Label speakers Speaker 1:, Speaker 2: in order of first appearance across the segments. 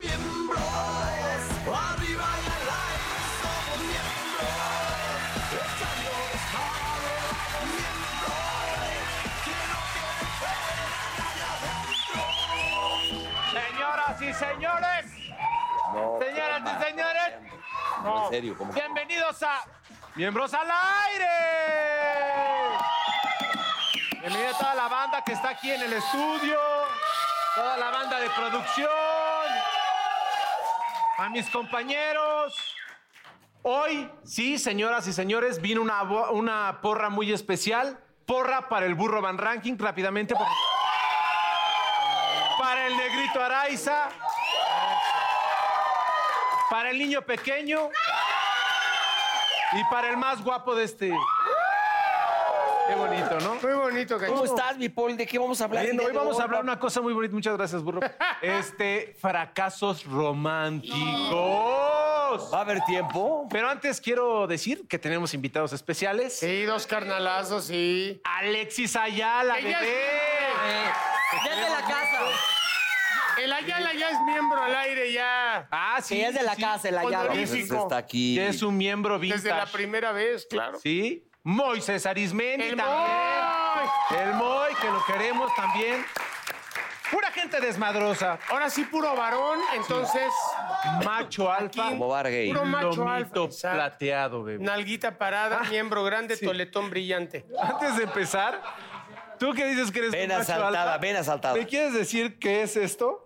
Speaker 1: Miembros, arriba y al aire somos miembros, estamos ahora miembros, quiero que
Speaker 2: Señoras y señores, señoras y señores, no. bienvenidos a Miembros al Aire. Bienvenida a toda la banda que está aquí en el estudio, toda la banda de producción, a mis compañeros. Hoy, sí, señoras y señores, vino una, bo- una porra muy especial. Porra para el burro Van Ranking, rápidamente. por- Para el negrito Araiza. Para el niño pequeño. Y para el más guapo de este. Qué bonito, ¿no?
Speaker 3: Muy bonito, Cacho.
Speaker 4: ¿Cómo estás, mi Paul? ¿De qué vamos a hablar?
Speaker 2: Bien,
Speaker 4: el día
Speaker 2: hoy
Speaker 4: de
Speaker 2: vamos a hablar una cosa muy bonita. Muchas gracias, burro. Este, fracasos románticos.
Speaker 4: ¿Va a haber tiempo?
Speaker 2: Pero antes quiero decir que tenemos invitados especiales.
Speaker 3: Sí, dos carnalazos, sí.
Speaker 2: Alexis Ayala,
Speaker 3: Ella es-
Speaker 2: bebé.
Speaker 4: Ya es de la casa.
Speaker 3: El Ayala ya es miembro al aire ya.
Speaker 2: Ah, sí.
Speaker 4: Sí, es de la
Speaker 2: sí.
Speaker 4: casa, el
Speaker 3: Honorífico.
Speaker 4: allá.
Speaker 3: Entonces está
Speaker 4: Pues aquí.
Speaker 2: Que es un miembro vintage.
Speaker 3: Desde la primera vez, claro.
Speaker 2: Sí. Moisés Arismendi
Speaker 3: El
Speaker 2: también. El Moy, que lo queremos también. Pura gente desmadrosa.
Speaker 3: Ahora sí, puro varón, entonces,
Speaker 2: Macho alfa.
Speaker 4: Como bar gay.
Speaker 3: puro macho alfa.
Speaker 2: lomito
Speaker 3: exacto.
Speaker 2: plateado, bebé.
Speaker 3: Nalguita parada, miembro grande,
Speaker 2: sí.
Speaker 3: toletón brillante.
Speaker 2: Antes de empezar, tú que dices que eres un
Speaker 4: Vena
Speaker 2: macho
Speaker 4: saltada,
Speaker 2: alfa,
Speaker 4: vena saltada.
Speaker 2: ¿Me quieres decir qué es esto?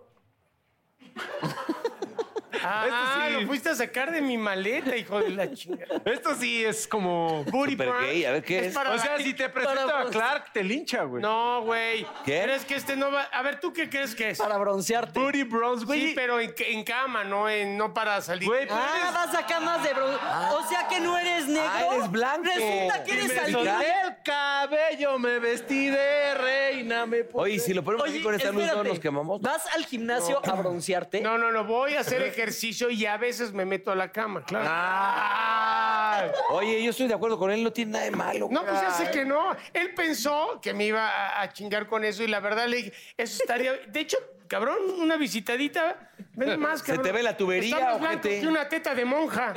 Speaker 3: Ah,
Speaker 2: Este sí.
Speaker 3: lo fuiste a sacar de mi maleta, hijo de la chingada.
Speaker 2: Esto sí es como.
Speaker 3: Booty
Speaker 4: Super
Speaker 3: pants.
Speaker 4: gay, a ver, ¿qué es?
Speaker 3: para
Speaker 2: O sea,
Speaker 3: la-
Speaker 2: si te presento a
Speaker 4: vos.
Speaker 2: Clark, te lincha, güey.
Speaker 3: No, güey.
Speaker 4: ¿Qué? Ah,
Speaker 3: ¿Crees que este no va? A ver, ¿tú qué crees que es?
Speaker 4: Para broncearte.
Speaker 2: Booty Bronze, güey.
Speaker 3: Sí, pero en, en cama, no, en, no para salir.
Speaker 2: Güey, pues, pero
Speaker 5: Ah,
Speaker 2: eres-
Speaker 5: vas a camas de bronce. O sea que no eres negro.
Speaker 4: Ah, eres blanco.
Speaker 5: Resulta que
Speaker 4: Y
Speaker 5: eres
Speaker 4: me
Speaker 5: al-
Speaker 4: solté.
Speaker 2: solté el cabello, me vestí de reina, me puse-
Speaker 4: Oye, si lo ponemos aquí
Speaker 5: Oye,
Speaker 4: con esta luz, no
Speaker 5: espérate.
Speaker 4: nos quemamos.
Speaker 5: ¿Vas al gimnasio a broncearte?
Speaker 3: No, no, no, voy a hacer ejercicio y a veces me meto a la cama, claro.
Speaker 2: Ay,
Speaker 4: Oye, yo estoy de acuerdo con él, no tiene nada de malo.
Speaker 3: No, pues ya sé
Speaker 2: Ay.
Speaker 3: que no. Él pensó que me iba a, a chingar con eso y la verdad le dije, eso estaría... De hecho, cabrón, una visitadita... Ven más,
Speaker 4: Se
Speaker 3: cabrón.
Speaker 4: te ve la tubería,
Speaker 3: Está más blanco
Speaker 4: ojete.
Speaker 3: que una teta de monja.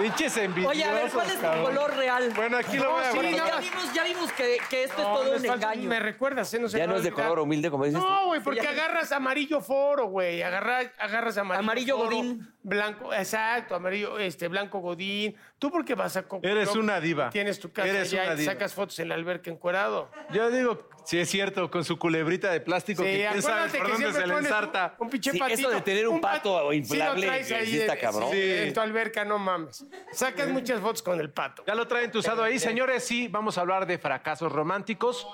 Speaker 2: pinches envidiosos,
Speaker 5: Oye, a ver, ¿cuál es tu
Speaker 2: cabrón.
Speaker 5: color real?
Speaker 2: Bueno, aquí lo
Speaker 3: No,
Speaker 2: voy a
Speaker 3: sí,
Speaker 5: Porque
Speaker 2: guardar.
Speaker 3: nada
Speaker 5: ya
Speaker 3: más.
Speaker 5: vimos, ya vimos que, que
Speaker 3: No,
Speaker 5: esto es todo
Speaker 3: no
Speaker 5: un
Speaker 3: es falso,
Speaker 5: engaño.
Speaker 3: Me recuerdas, ¿eh? No se
Speaker 4: Ya
Speaker 3: me va
Speaker 4: no
Speaker 3: a
Speaker 4: es de
Speaker 3: olvidar.
Speaker 4: color humilde, como dices
Speaker 3: No, güey, porque
Speaker 5: Ya.
Speaker 3: agarras amarillo foro, güey. Agarra, agarras amarillo.
Speaker 5: Amarillo
Speaker 3: foro,
Speaker 5: godín.
Speaker 3: Blanco, exacto, amarillo, este, blanco godín. Tú porque vas a. co-
Speaker 2: Eres una diva.
Speaker 3: Tienes tu casa
Speaker 2: Eres
Speaker 3: allá
Speaker 2: una
Speaker 3: y
Speaker 2: diva.
Speaker 3: sacas fotos en la alberca encuerado.
Speaker 2: Yo digo, si es cierto, con su culebrita de plástico
Speaker 3: Sí,
Speaker 2: que quién sabe
Speaker 3: acuérdate
Speaker 2: por
Speaker 3: que
Speaker 2: dónde
Speaker 3: siempre
Speaker 2: se le
Speaker 3: pones
Speaker 2: ensarta.
Speaker 3: un, un pinche
Speaker 4: Sí, eso
Speaker 3: patito.
Speaker 4: de tener un pato
Speaker 3: pat-
Speaker 4: inflable,
Speaker 3: sí, lo traes
Speaker 4: sí
Speaker 3: ahí
Speaker 4: está
Speaker 3: en-
Speaker 4: cabrón.
Speaker 3: sí,
Speaker 2: Sí.
Speaker 3: en tu alberca, no mames. Sacas muchas fotos con el pato.
Speaker 2: Ya lo traen usado ahí, señores. Sí, vamos a hablar de fracasos románticos.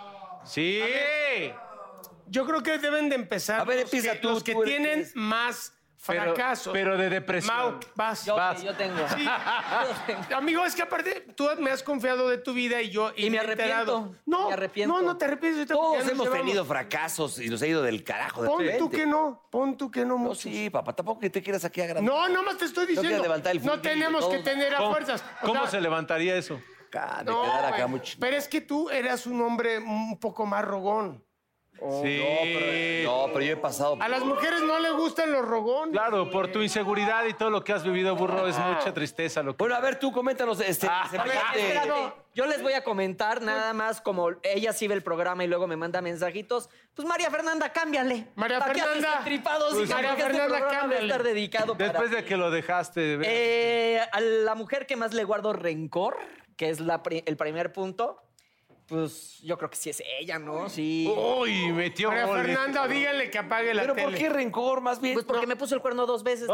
Speaker 2: Sí.
Speaker 3: Yo creo que deben de empezar
Speaker 4: A ver,
Speaker 3: los
Speaker 4: empieza
Speaker 3: que,
Speaker 4: tú,
Speaker 3: los que
Speaker 4: tú eres-
Speaker 3: tienen más
Speaker 2: Pero,
Speaker 3: fracasos.
Speaker 2: pero de depresión.
Speaker 3: Mau, vas.
Speaker 5: Yo,
Speaker 2: Vas.
Speaker 5: yo tengo.
Speaker 3: Sí. Amigo, es que aparte tú me has confiado de tu vida y yo.
Speaker 5: Y me
Speaker 3: he enterado.
Speaker 5: arrepiento,
Speaker 3: No,
Speaker 5: me arrepiento.
Speaker 3: no, no te arrepientes. ahorita porque
Speaker 4: Todos
Speaker 3: ya nos
Speaker 4: hemos
Speaker 3: llevamos.
Speaker 4: tenido fracasos y nos ha ido del carajo. De
Speaker 3: Pon tú
Speaker 4: repente.
Speaker 3: que no, pon tú que no,
Speaker 4: No,
Speaker 3: mucho.
Speaker 4: sí, papá, tampoco que te quieras aquí agrandar.
Speaker 3: No, nomás te estoy
Speaker 4: quiero
Speaker 3: diciendo.
Speaker 4: levantar el
Speaker 3: no
Speaker 4: fundillo,
Speaker 3: tenemos que
Speaker 4: todo.
Speaker 3: tener a
Speaker 2: ¿Cómo,
Speaker 3: fuerzas. O
Speaker 2: cómo
Speaker 3: sea,
Speaker 2: se levantaría eso?
Speaker 4: Acá, De
Speaker 3: no,
Speaker 4: quedar acá
Speaker 3: güey,
Speaker 4: mucho.
Speaker 3: Pero es que tú eras un hombre un poco más rogón.
Speaker 2: sí.
Speaker 4: No, pero yo he pasado.
Speaker 3: A las mujeres no les gustan los rogones.
Speaker 2: Claro, por tu inseguridad y todo lo que has vivido, burro, es mucha tristeza lo que.
Speaker 4: Bueno, a ver, tú, coméntanos. Este,
Speaker 5: A ver,
Speaker 4: semejante-
Speaker 5: espérate. Yo les voy a comentar nada más como ella sí ve el programa y luego me manda mensajitos. Pues María Fernanda, cámbiale.
Speaker 3: María
Speaker 5: ¿Para qué haces
Speaker 3: Fernanda?
Speaker 5: Entripados este
Speaker 3: Pues,
Speaker 5: y
Speaker 3: María
Speaker 5: María
Speaker 3: Fernanda,
Speaker 5: Fernanda, cámbiale.
Speaker 3: cámbiale.
Speaker 5: estar dedicado para
Speaker 2: Después de
Speaker 5: ti.
Speaker 2: que lo dejaste, de veras.
Speaker 5: Eh, a la mujer que más le guardo rencor, que es la pri- el primer punto, pues yo creo que sí es ella, ¿no? Sí.
Speaker 2: Uy, metió
Speaker 3: María
Speaker 2: gol, eh.
Speaker 3: Fernanda, díganle que apague la
Speaker 4: ¿Pero
Speaker 3: tele.
Speaker 4: por qué rencor? Más bien.
Speaker 5: Pues porque me puso el cuerno dos veces.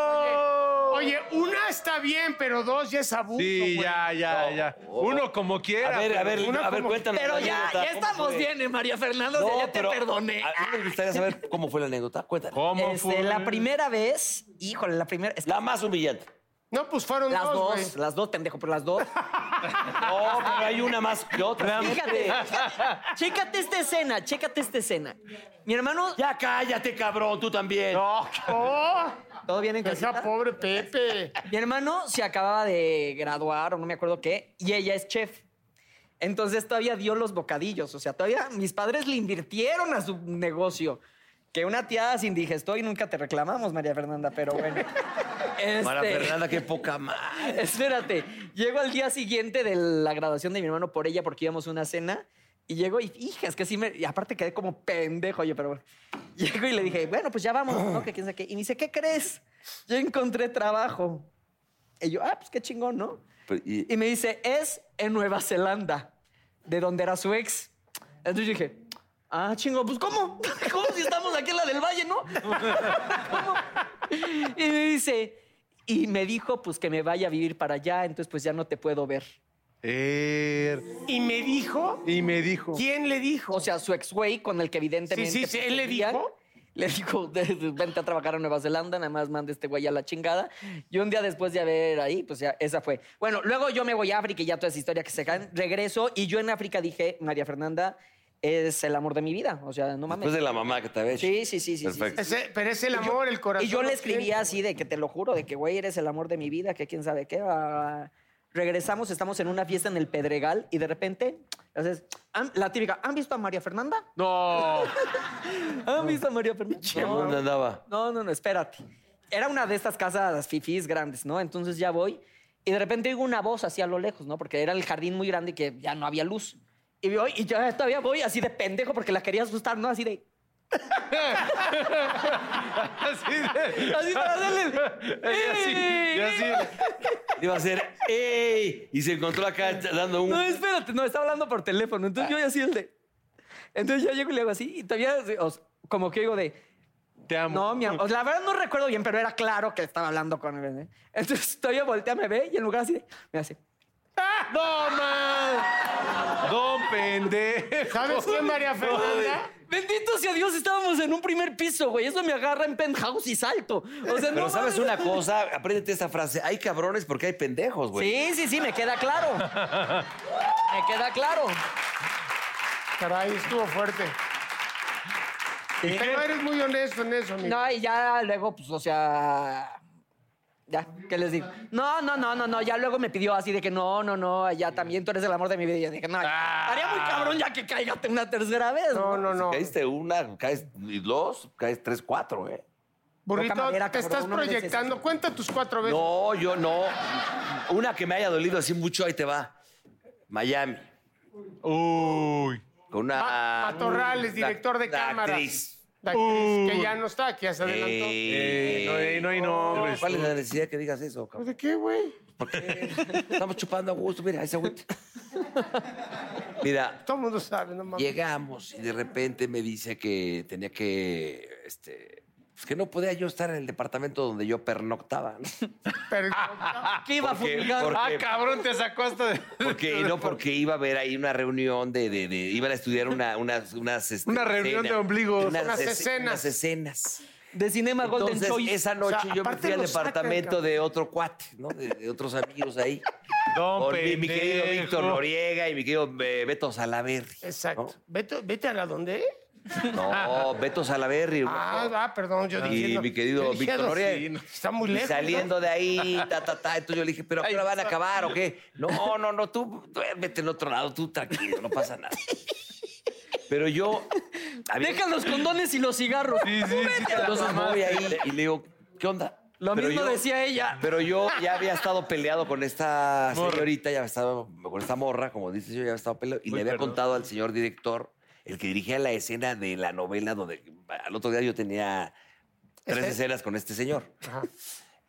Speaker 2: ¡Oh!
Speaker 3: Oye, una está bien, pero dos ya es abuso.
Speaker 2: Sí,
Speaker 3: güey.
Speaker 2: ya, ya, ya. Uno como quiera.
Speaker 4: a ver, a
Speaker 2: pero-
Speaker 4: ver,
Speaker 3: una
Speaker 4: a ver,
Speaker 3: como-
Speaker 4: cuéntanos.
Speaker 5: Pero
Speaker 4: la
Speaker 5: ya,
Speaker 4: anécdota,
Speaker 5: ya
Speaker 4: ¿cómo
Speaker 5: estamos
Speaker 4: fue?
Speaker 5: bien, eh, María Fernanda, o sea, ya te
Speaker 4: pero
Speaker 5: perdoné.
Speaker 4: A mí me gustaría saber cómo fue la anécdota. Cuéntanos.
Speaker 2: ¿Cómo
Speaker 5: Este,
Speaker 2: fue?
Speaker 5: la primera vez, híjole, la primera. es que
Speaker 4: La más humillante.
Speaker 3: No, pues fueron
Speaker 5: las
Speaker 3: dos,
Speaker 5: dos,
Speaker 3: güey. Ah,
Speaker 5: las dos, pendejo, pero las dos.
Speaker 4: No, pero hay una más que otra.
Speaker 5: Fíjate, chécate esta escena, chécate esta escena. Mi hermano,
Speaker 4: Ya cállate, cabrón, tú también.
Speaker 2: No,
Speaker 3: ¡Oh!
Speaker 5: todo bien en
Speaker 3: Esa
Speaker 5: casita?
Speaker 3: pobre Pepe.
Speaker 5: Mi hermano se acababa de graduar o no me acuerdo qué, y ella es chef. Entonces todavía dio los bocadillos, o sea, todavía mis padres le invirtieron a su negocio. Que una tía sin digestó y nunca te reclamamos, María Fernanda, pero bueno. Este,
Speaker 4: Mara Fernanda, qué poca madre.
Speaker 5: Espérate, llego al día siguiente de la graduación de mi hermano por ella porque íbamos a una cena y llego y hija, es que sí me... Y aparte quedé como pendejo, oye, pero bueno. Llego y le dije, bueno, pues ya vamos, ¿no? Que quién sabe qué. Y me dice, ¿qué crees? Yo encontré trabajo. Y yo, ah, pues qué chingón, ¿no?
Speaker 4: Pero, y-
Speaker 5: Y me dice, es en Nueva Zelanda, de donde era su ex. Entonces yo dije, ah, chingo, pues ¿cómo? ¿Cómo si estamos aquí en la del Valle, no? ¿Cómo? Y me dice, y me dijo, pues que me vaya a vivir para allá, entonces pues ya no te puedo ver.
Speaker 2: Er,
Speaker 3: Y me dijo,
Speaker 2: y me dijo.
Speaker 3: ¿quién le dijo?
Speaker 5: O sea, su ex güey, con el que evidentemente...
Speaker 3: Sí, sí, sí,
Speaker 5: pues,
Speaker 3: ¿él le
Speaker 5: vivían,
Speaker 3: dijo?
Speaker 5: Le dijo, "De- de- vente a trabajar a Nueva Zelanda, nada más mande este güey a la chingada. Y un día después de haber ahí, pues ya, esa fue. Bueno, luego yo me voy a África y ya toda esa historia que se caen. Regreso y yo en África dije, María Fernanda es el amor de mi vida. O sea, no mames.
Speaker 4: Después Pues de la mamá que te había hecho.
Speaker 5: Sí, sí, sí, sí. sí,
Speaker 4: Perfecto.
Speaker 3: Ese- pero es el amor, el corazón.
Speaker 5: y yo le
Speaker 3: ¿no?
Speaker 5: escribía así de que te lo juro, de que, güey, eres el amor de mi vida, que quién sabe qué. va, va, va. Regresamos, estamos en una fiesta en el Pedregal y de repente, haces, "¿Han- la típica, ¿han visto a María Fernanda?
Speaker 2: No.
Speaker 5: ¿Han visto a María Fernanda?
Speaker 4: ¿En
Speaker 5: No.
Speaker 4: dónde andaba?
Speaker 5: No, no, no, espérate. Era una de estas casas fifís grandes, ¿no? Entonces ya voy y de repente oigo una voz así a lo lejos, ¿no? Porque era el jardín muy grande y que ya no había luz. Y voy y yo todavía voy así de pendejo porque la quería asustar, ¿no? Así de...
Speaker 2: Así de-
Speaker 5: Así para hacerle...
Speaker 2: Y así, y así.
Speaker 4: Iba a ser, ¡ey! Y se encontró acá dando un.
Speaker 5: No, espérate, no, estaba hablando por teléfono. Entonces yo ya así el de... Entonces yo llego y le hago así y todavía o sea, como que digo de...
Speaker 2: Te amo.
Speaker 5: No, mi amor. La verdad no recuerdo bien, pero era claro que estaba hablando con él. ¿eh? Entonces todavía voltea, me ve y en lugar así de... Me hace...
Speaker 2: No, man. Don pendejo.
Speaker 3: ¿Sabes quién, María Fernanda?
Speaker 5: Bendito sea Dios, estábamos en un primer piso, güey. Eso me agarra en penthouse y salto. O sea,
Speaker 4: Pero
Speaker 5: no mames.
Speaker 4: sabes una cosa, apréndete esta frase. Hay cabrones porque hay pendejos, güey.
Speaker 5: Sí, sí, sí, me queda claro. Me queda claro.
Speaker 3: Caray, estuvo fuerte. Pero eres muy honesto en eso, amigo.
Speaker 5: No, y ya luego, pues, o sea. Ya, ¿qué les digo? No, no, no, no, no. Ya luego me pidió así de que no, no, no, ya también tú eres el amor de mi vida. Y yo dije, no, estaría muy cabrón ya que caiga una tercera vez.
Speaker 3: No, no, no.
Speaker 4: Caíste una, caes dos, caes tres, cuatro, ¿eh?
Speaker 3: Burrito,
Speaker 5: Poca madera,
Speaker 3: te
Speaker 5: cabrón,
Speaker 3: estás
Speaker 5: no mereces
Speaker 3: proyectando. Cuenta tus cuatro veces.
Speaker 4: No, yo no. Una que me haya dolido así mucho, ahí te va. Miami.
Speaker 2: Uy.
Speaker 4: Con una.
Speaker 3: Ma- Matorrales,
Speaker 4: una-
Speaker 3: director de
Speaker 4: una
Speaker 3: cámara.
Speaker 4: Actriz.
Speaker 3: La actriz que ya no está, que ya se adelantó.
Speaker 2: Eh, no, eh, no hay nombres.
Speaker 4: ¿Cuál es la necesidad que digas eso, cabrón?
Speaker 3: ¿De qué, güey?
Speaker 4: Estamos chupando a gusto, mira, ese güey. Mira,
Speaker 3: Todo el mundo sabe, no mames.
Speaker 4: llegamos y de repente me dice que tenía que. Este, pues que no podía yo estar en el departamento donde yo pernoctaba. ¿no?
Speaker 3: Pero-
Speaker 4: Ah,
Speaker 5: ¿Qué iba a
Speaker 4: Porque-
Speaker 5: fumigar?
Speaker 4: porque-
Speaker 2: Ah, cabrón, te sacó hasta de.
Speaker 4: Porque, no, porque iba a haber ahí una reunión de. de, de- iban a estudiar una, unas. unas este,
Speaker 2: Una reunión de ombligos.
Speaker 3: Unas
Speaker 4: esce-
Speaker 3: escenas.
Speaker 4: Unas escenas.
Speaker 5: De Cinema Golden
Speaker 4: Entonces,
Speaker 5: Choice.
Speaker 4: esa noche
Speaker 3: O sea,
Speaker 4: yo me
Speaker 3: aparte
Speaker 4: fui al
Speaker 3: lo sacan,
Speaker 4: departamento
Speaker 3: cabrón.
Speaker 4: de otro cuate, ¿no? De, de otros amigos ahí.
Speaker 2: Don
Speaker 4: Con mi, mi querido
Speaker 2: pendejo.
Speaker 4: Víctor Noriega y mi querido eh, Beto Salaverri.
Speaker 3: Exacto. Vete, vete a la donde.
Speaker 4: No, Beto Salaverri.
Speaker 3: Ah, ah, perdón, yo
Speaker 4: Y
Speaker 3: dije.
Speaker 4: mi querido Víctor Noriega.
Speaker 3: Está muy
Speaker 4: Y
Speaker 3: lejos.
Speaker 4: saliendo de ahí, ta, ta, ta. Entonces yo le dije, ¿pero ahora van a acabar o qué? No, no, no, tú duérmete en otro lado, tú tranquilo, no pasa nada. Pero yo. a ver,
Speaker 5: Deja los condones y los cigarros.
Speaker 2: Sí, sí, sí, te la
Speaker 4: Entonces
Speaker 2: mamaste.
Speaker 4: voy ahí y le digo, ¿qué onda?
Speaker 5: Lo
Speaker 4: Pero
Speaker 5: mismo
Speaker 4: yo-
Speaker 5: decía ella.
Speaker 4: Pero yo ya había estado peleado con esta
Speaker 2: Morra.
Speaker 4: señorita, ya había estado con esta morra, como dices yo, ya había estado peleado. Y
Speaker 2: Uy,
Speaker 4: le había
Speaker 2: perdón.
Speaker 4: contado al señor director, el que dirigía la escena de la novela, donde al otro día yo tenía tres escenas con este señor.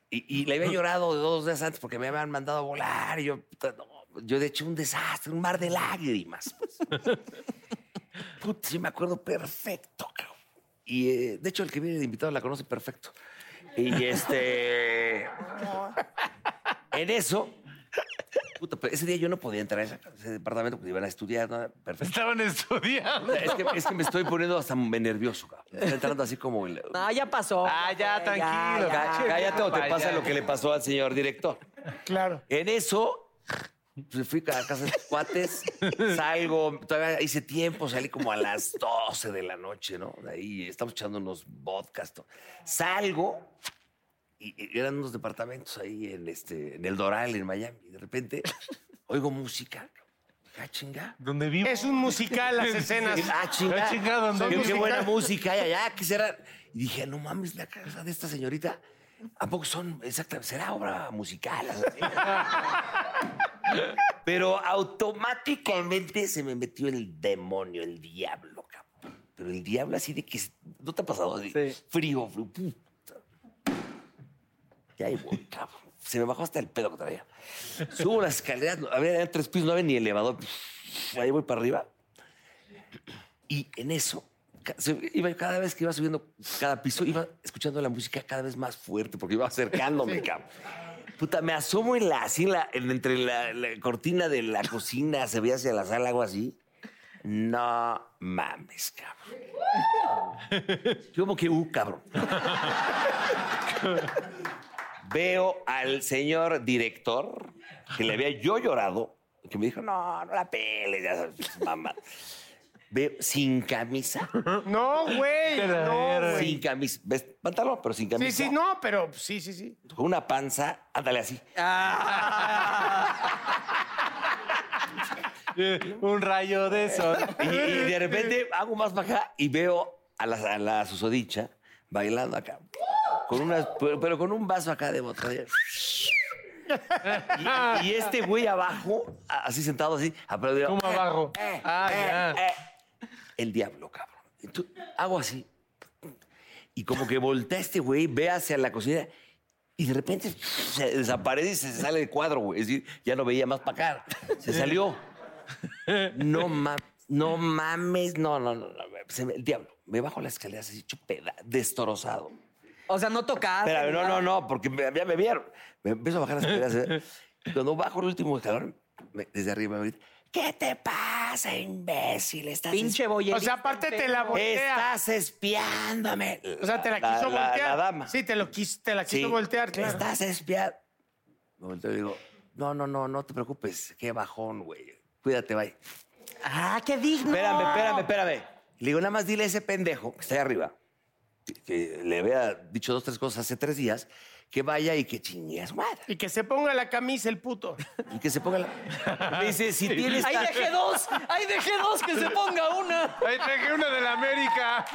Speaker 4: Y, y le había llorado dos días antes porque me habían mandado a volar. Y yo, puta, no, yo de hecho, un desastre, un mar de lágrimas. pues. Puta, yo me acuerdo perfecto, cabrón. Y eh, de hecho, el que viene de invitado la conoce perfecto. Y este. en eso. Puta, pero ese día yo no podía entrar a ese- a ese departamento porque iban a estudiar. ¿no? Perfecto.
Speaker 2: Estaban estudiando.
Speaker 4: Es que, es que me estoy poniendo hasta nervioso, cabrón. Me Está entrando así como el.
Speaker 5: No, ya pasó.
Speaker 2: Ah, ya,
Speaker 5: Ya,
Speaker 2: tranquilo.
Speaker 5: ya.
Speaker 4: Cá- Cállate o te
Speaker 2: Vaya.
Speaker 4: pasa lo que le pasó al señor director.
Speaker 3: Claro.
Speaker 4: En eso, pues, fui a casa de mis cuates, salgo, todavía hice tiempo, salí como a las 12 de la noche, ¿no? De ahí estamos echando unos vodkas. to- Salgo y y eran unos departamentos ahí en, este, en el Doral, en Miami. Y de repente oigo música. Dije, Ah, chinga.
Speaker 2: ¿Dónde vivo?
Speaker 3: Es un musical las escenas.
Speaker 4: Dije, Ah, chinga.
Speaker 2: Ah, chinga, ¿dónde
Speaker 4: Qué- Qué,
Speaker 2: vivo?
Speaker 4: buena música hay allá, que será. Y dije, no mames, la casa de esta señorita. ¿A poco son exactamente? ¿Será obra musical? Pero automáticamente se me metió el demonio, el diablo, cabrón. Pero el diablo así de que... ¿No te ha pasado? Así,
Speaker 5: Sí.
Speaker 4: Frío, frío, puta. Y ahí voy, cabrón. Se me bajó hasta el pedo que traía. Subo las escaleras, no- había eran tres pisos, no había ni elevador. Ahí voy para arriba. Y en eso, ca- se- iba- cada vez que iba subiendo cada piso, iba escuchando la música cada vez más fuerte, porque iba acercándome, cabrón. Puta, me asomo en la, así, en la- en- entre la, la cortina de la cocina, se veía hacia la sala, algo así. No mames, cabrón. Yo como que, uh, cabrón. Veo al señor director, que le había yo llorado, que me dijo, no, no la pele, ya sabes, mamá. Veo sin camisa,
Speaker 3: No, güey.
Speaker 2: Te la
Speaker 3: No,
Speaker 2: dieron.
Speaker 3: güey.
Speaker 4: sin camisa, ¿ves? Pantalón, pero sin
Speaker 3: Sí,
Speaker 4: camisa.
Speaker 3: sí, no, pero sí, sí, sí.
Speaker 4: Con una panza, ándale así.
Speaker 3: Ah.
Speaker 2: Eh, Un rayo de sol.
Speaker 4: Y, y de repente hago más para acá y veo a la, a la susodicha bailando acá. Con unas, pero, pero con un vaso acá de botella. Y, y este güey abajo, a- así sentado así, aplaudió.
Speaker 2: ¿Cómo abajo? Ah, ya.
Speaker 4: Eh, El diablo, cabrón. Entonces, hago así. Y como que voltea este güey, ve hacia la cocina y de repente se desaparece y se sale del cuadro, güey. Es decir, ya no veía más para acá. Se salió. No mames, no mames, no, no, no. no. Se me- el diablo, me bajo las escaleras así, chupeda, destorozado.
Speaker 5: O sea, no tocaste.
Speaker 4: Espérame, no,
Speaker 5: nada.
Speaker 4: no, no, porque me- ya me vieron. Me empiezo a bajar las escaleras. ¿eh? Cuando bajo el último escalón, me- desde arriba me grita, ¿qué te pasa, imbécil? Estás
Speaker 5: Pinche boyerista.
Speaker 3: O sea, aparte te la voltea.
Speaker 4: Estás espiándome.
Speaker 3: O sea, te la quiso
Speaker 4: la-
Speaker 3: voltear.
Speaker 4: La, dama.
Speaker 3: Sí, te, lo quis- te la quiso
Speaker 4: Sí.
Speaker 3: voltear, claro.
Speaker 4: Estás espiando. Me volteo y digo, no, no, no, no te preocupes. Qué bajón, güey. Cuídate, bye.
Speaker 5: Ah, qué digno.
Speaker 4: Espérame, espérame, espérame. Le digo, nada más dile a ese pendejo que está ahí arriba, que, que le había dicho dos, tres cosas hace tres días, que vaya y que chingue a su madre.
Speaker 3: Y que se ponga la camisa el puto.
Speaker 4: Y que se ponga la... Me dice, si tienes...
Speaker 5: Ahí
Speaker 4: tan-
Speaker 5: dejé dos. Ahí dejé dos. Que se ponga una.
Speaker 2: Ahí dejé una de la América.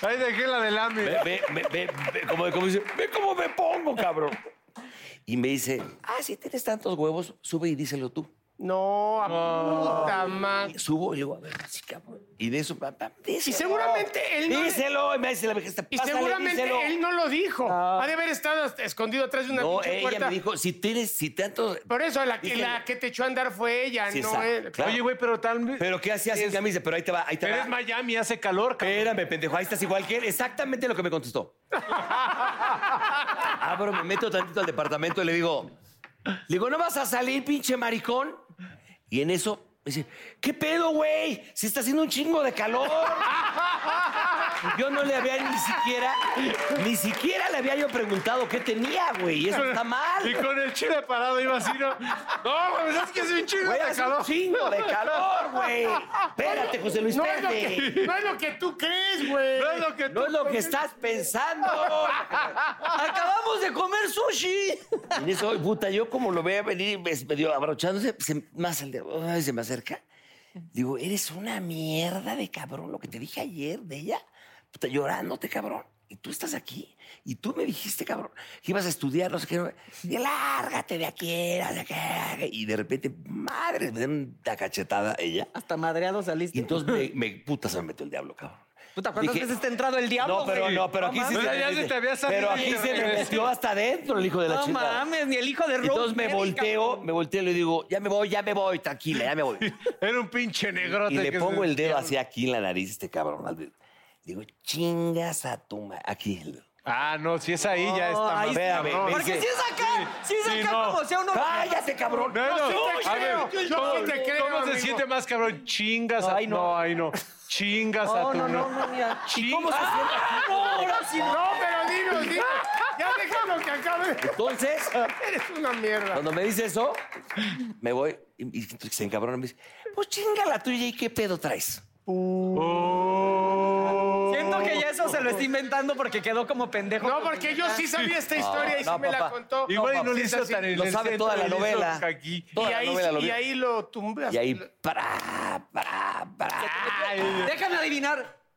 Speaker 2: Ahí dejé la del AME.
Speaker 4: Ve, ve, ve, ve, ve, como, como dice, ve cómo me pongo, cabrón. Y me dice, ah, si tienes tantos huevos, sube y díselo tú.
Speaker 3: No, a puta madre.
Speaker 4: Subo y le digo, a ver, así, cabrón. Y de eso, papá, díselo.
Speaker 3: Y seguramente él no-
Speaker 4: Díselo. Y me dice la vieja, "Este
Speaker 3: Y
Speaker 4: "Pásale,
Speaker 3: seguramente
Speaker 4: díselo".
Speaker 3: él no lo dijo. Ha de haber estado hasta escondido atrás de una
Speaker 4: No,
Speaker 3: pinche
Speaker 4: ella
Speaker 3: puerta.
Speaker 4: me dijo, si tienes, si tantos...
Speaker 3: Por eso, la que,
Speaker 4: Díselo.
Speaker 3: la que te echó a andar fue ella,
Speaker 4: Sí,
Speaker 3: no
Speaker 4: exacto,
Speaker 3: él.
Speaker 4: claro.
Speaker 2: Oye, güey, pero tal vez.
Speaker 4: Pero ¿qué hacías sin
Speaker 2: Es-
Speaker 4: camisa? Pero ahí te va, ahí te
Speaker 2: Pero
Speaker 4: va.
Speaker 2: es Miami, hace calor, cabrón.
Speaker 4: Espérame, pendejo, ahí estás igual que él. Exactamente lo que me contestó. Abro, me meto tantito al departamento y le digo, le digo, ¿no vas a salir, pinche maricón? Y en eso me dice, ¿qué pedo, güey? Se está haciendo un chingo de calor. Yo no le había ni siquiera, ni siquiera le había yo preguntado qué tenía, güey. Y eso está
Speaker 2: Y
Speaker 4: mal.
Speaker 2: con el chile parado iba así, ¿no? No, güey, es que es un chingo
Speaker 4: Güey,
Speaker 2: de
Speaker 4: hace un
Speaker 2: calor.
Speaker 4: chingo de calor, güey. Espérate, José Luis,
Speaker 3: No es, lo
Speaker 4: espérate.
Speaker 3: que, no es lo que tú crees, güey.
Speaker 2: No es lo que
Speaker 4: No
Speaker 2: tú.
Speaker 4: es lo que estás pensando.
Speaker 5: Acabamos de comer sushi.
Speaker 4: En eso, puta, yo como lo veía venir y me- medio abrochándose, se, más el de, ay, se me acerca Digo, eres una mierda de cabrón, lo que te dije ayer de ella, puta, llorándote, cabrón. Y tú estás aquí, y tú me dijiste, cabrón, que ibas a estudiar, no sé qué. no- Y lárgate de aquí, no sé qué. Y de repente, madre, me dieron una cachetada ella.
Speaker 5: Hasta madreado saliste.
Speaker 4: Y entonces me, me puta, se me metió el diablo, cabrón.
Speaker 5: Puta, ¿cuántas
Speaker 4: dije-
Speaker 5: veces te ha entrado el diablo?
Speaker 4: No, pero
Speaker 5: güey?
Speaker 4: no, pero aquí sí
Speaker 5: mames.
Speaker 2: Pero ya se te había salido
Speaker 4: Pero
Speaker 2: y
Speaker 4: aquí
Speaker 2: te
Speaker 4: se me
Speaker 2: regresó.
Speaker 4: metió hasta adentro el hijo de la
Speaker 5: No
Speaker 4: chingada.
Speaker 5: mames, ni el hijo de Rose.
Speaker 4: Entonces me
Speaker 5: Mary,
Speaker 4: volteo,
Speaker 5: cabrón.
Speaker 4: me volteo y le digo, ya me voy, ya me voy, tranquila, ya me voy.
Speaker 2: Era un pinche negrote.
Speaker 4: Y le
Speaker 2: que
Speaker 4: pongo
Speaker 2: se-
Speaker 4: el dedo así aquí en la nariz este cabrón. al dedo. Digo, chingas a tu ma-". Aquí. el dedo.
Speaker 2: Ah, no, si es ahí ya está
Speaker 5: No, ahí
Speaker 2: más
Speaker 4: está.
Speaker 2: cabrón.
Speaker 4: Me
Speaker 5: Porque
Speaker 4: dice-
Speaker 5: si es acá, si
Speaker 2: Sí,
Speaker 5: es
Speaker 2: sí,
Speaker 5: acá
Speaker 2: no.
Speaker 5: como sea uno...
Speaker 4: ¡Cállate, cabrón!
Speaker 2: No, no,
Speaker 3: yo te
Speaker 2: a
Speaker 3: creo,
Speaker 2: ver,
Speaker 3: yo
Speaker 2: ¿cómo,
Speaker 3: te creo,
Speaker 2: cómo se
Speaker 3: amigo.
Speaker 2: siente más, cabrón? Chingas
Speaker 5: No,
Speaker 2: a...
Speaker 5: ahí no.
Speaker 2: No, ahí no. Chingas a
Speaker 5: No,
Speaker 2: tu...
Speaker 5: no, no, no, mira. ¿Y cómo se
Speaker 2: Chinga.
Speaker 5: siente?
Speaker 4: Ah.
Speaker 5: No, ahora sí no.
Speaker 3: No, pero dinos, dinos. Ya déjalo que acabe.
Speaker 4: Entonces,
Speaker 3: Eres una mierda.
Speaker 4: cuando me dice eso, me voy y, y se encabrona y me dice, pues chinga la tuya y qué pedo traes.
Speaker 5: Siento que ya eso se lo está inventando porque quedó como pendejo.
Speaker 3: No, porque yo sí sabía esta historia y sí
Speaker 4: no,
Speaker 3: me la
Speaker 4: papá.
Speaker 3: contó.
Speaker 2: Igual y no
Speaker 3: Sí,
Speaker 2: le
Speaker 3: es
Speaker 2: hizo
Speaker 3: así.
Speaker 2: tan en
Speaker 4: Lo
Speaker 2: el
Speaker 4: sabe
Speaker 2: centro,
Speaker 4: toda la
Speaker 2: le hizo
Speaker 4: novela.
Speaker 2: aquí.
Speaker 3: Y
Speaker 4: Toda la
Speaker 3: ahí,
Speaker 4: novela lo
Speaker 3: y
Speaker 4: vi.
Speaker 3: ahí lo tumbas.
Speaker 4: Y ahí, pra, pra, pra.
Speaker 5: Déjame adivinar.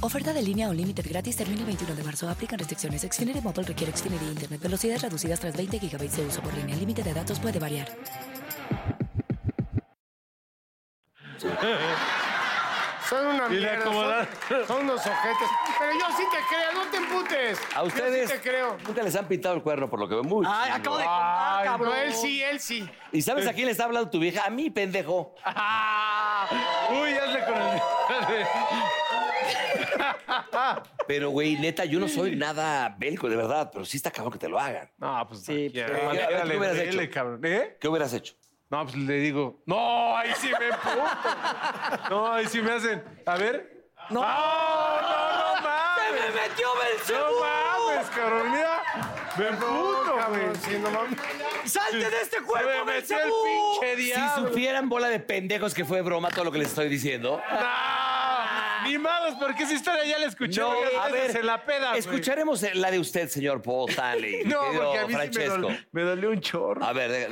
Speaker 6: Oferta de línea o límite gratis termina el 21 de marzo. Aplican restricciones. Xfinity Mobile requiere Xfinity Internet. Velocidades reducidas tras 20 GB de uso por línea. El límite de datos puede variar.
Speaker 3: Son una
Speaker 2: Y le
Speaker 3: mierda.
Speaker 2: acomodaron.
Speaker 3: Son, son unos ojetes. Pero yo sí te creo, no te emputes.
Speaker 4: A ustedes
Speaker 3: Yo sí te creo.
Speaker 4: nunca les han pintado el cuerno, por lo que veo mucho.
Speaker 5: Ay, acabo de contar,
Speaker 3: Ay,
Speaker 5: cabrón.
Speaker 3: no, él sí, él sí.
Speaker 4: ¿Y sabes a quién le está hablando tu vieja? A mí, pendejo.
Speaker 2: Ah, uy, hazle con el...
Speaker 4: Pero, güey, neta, yo no soy nada belco, de verdad, pero sí está cabrón que te lo hagan.
Speaker 2: No, pues
Speaker 5: Sí,
Speaker 2: ya,
Speaker 5: pero-
Speaker 2: cualquiera
Speaker 4: ¿Qué- qué
Speaker 2: le
Speaker 4: hubieras
Speaker 2: duele,
Speaker 4: hecho?
Speaker 2: cabrón. ¿Eh?
Speaker 4: ¿Qué hubieras hecho?
Speaker 2: No, pues le digo, no, ahí sí me emputo. No, ahí sí me hacen. A ver. No, no, no, mames.
Speaker 5: ¡Me metió
Speaker 2: No
Speaker 5: Belcebú!
Speaker 2: mames, cabrón. Mira, me emputo, güey.
Speaker 3: Sí, no mames.
Speaker 5: ¡Salte de este
Speaker 2: Se me
Speaker 5: cuerpo,
Speaker 2: metió el
Speaker 5: Belcebú!
Speaker 2: pinche
Speaker 4: Si
Speaker 2: diablo.
Speaker 4: supieran bola de pendejos que fue broma todo lo que les estoy diciendo.
Speaker 2: No, mimados, porque esa historia ya la escuché
Speaker 4: No,
Speaker 2: varias
Speaker 4: a
Speaker 2: veces
Speaker 4: ver,
Speaker 2: en la peda, güey.
Speaker 4: escucharemos la de usted, señor Paul Stanley.
Speaker 2: No,
Speaker 4: querido
Speaker 2: porque a mí sí me
Speaker 4: Francesco.
Speaker 2: dolió, me dolió un chorro.
Speaker 4: A ver, diga,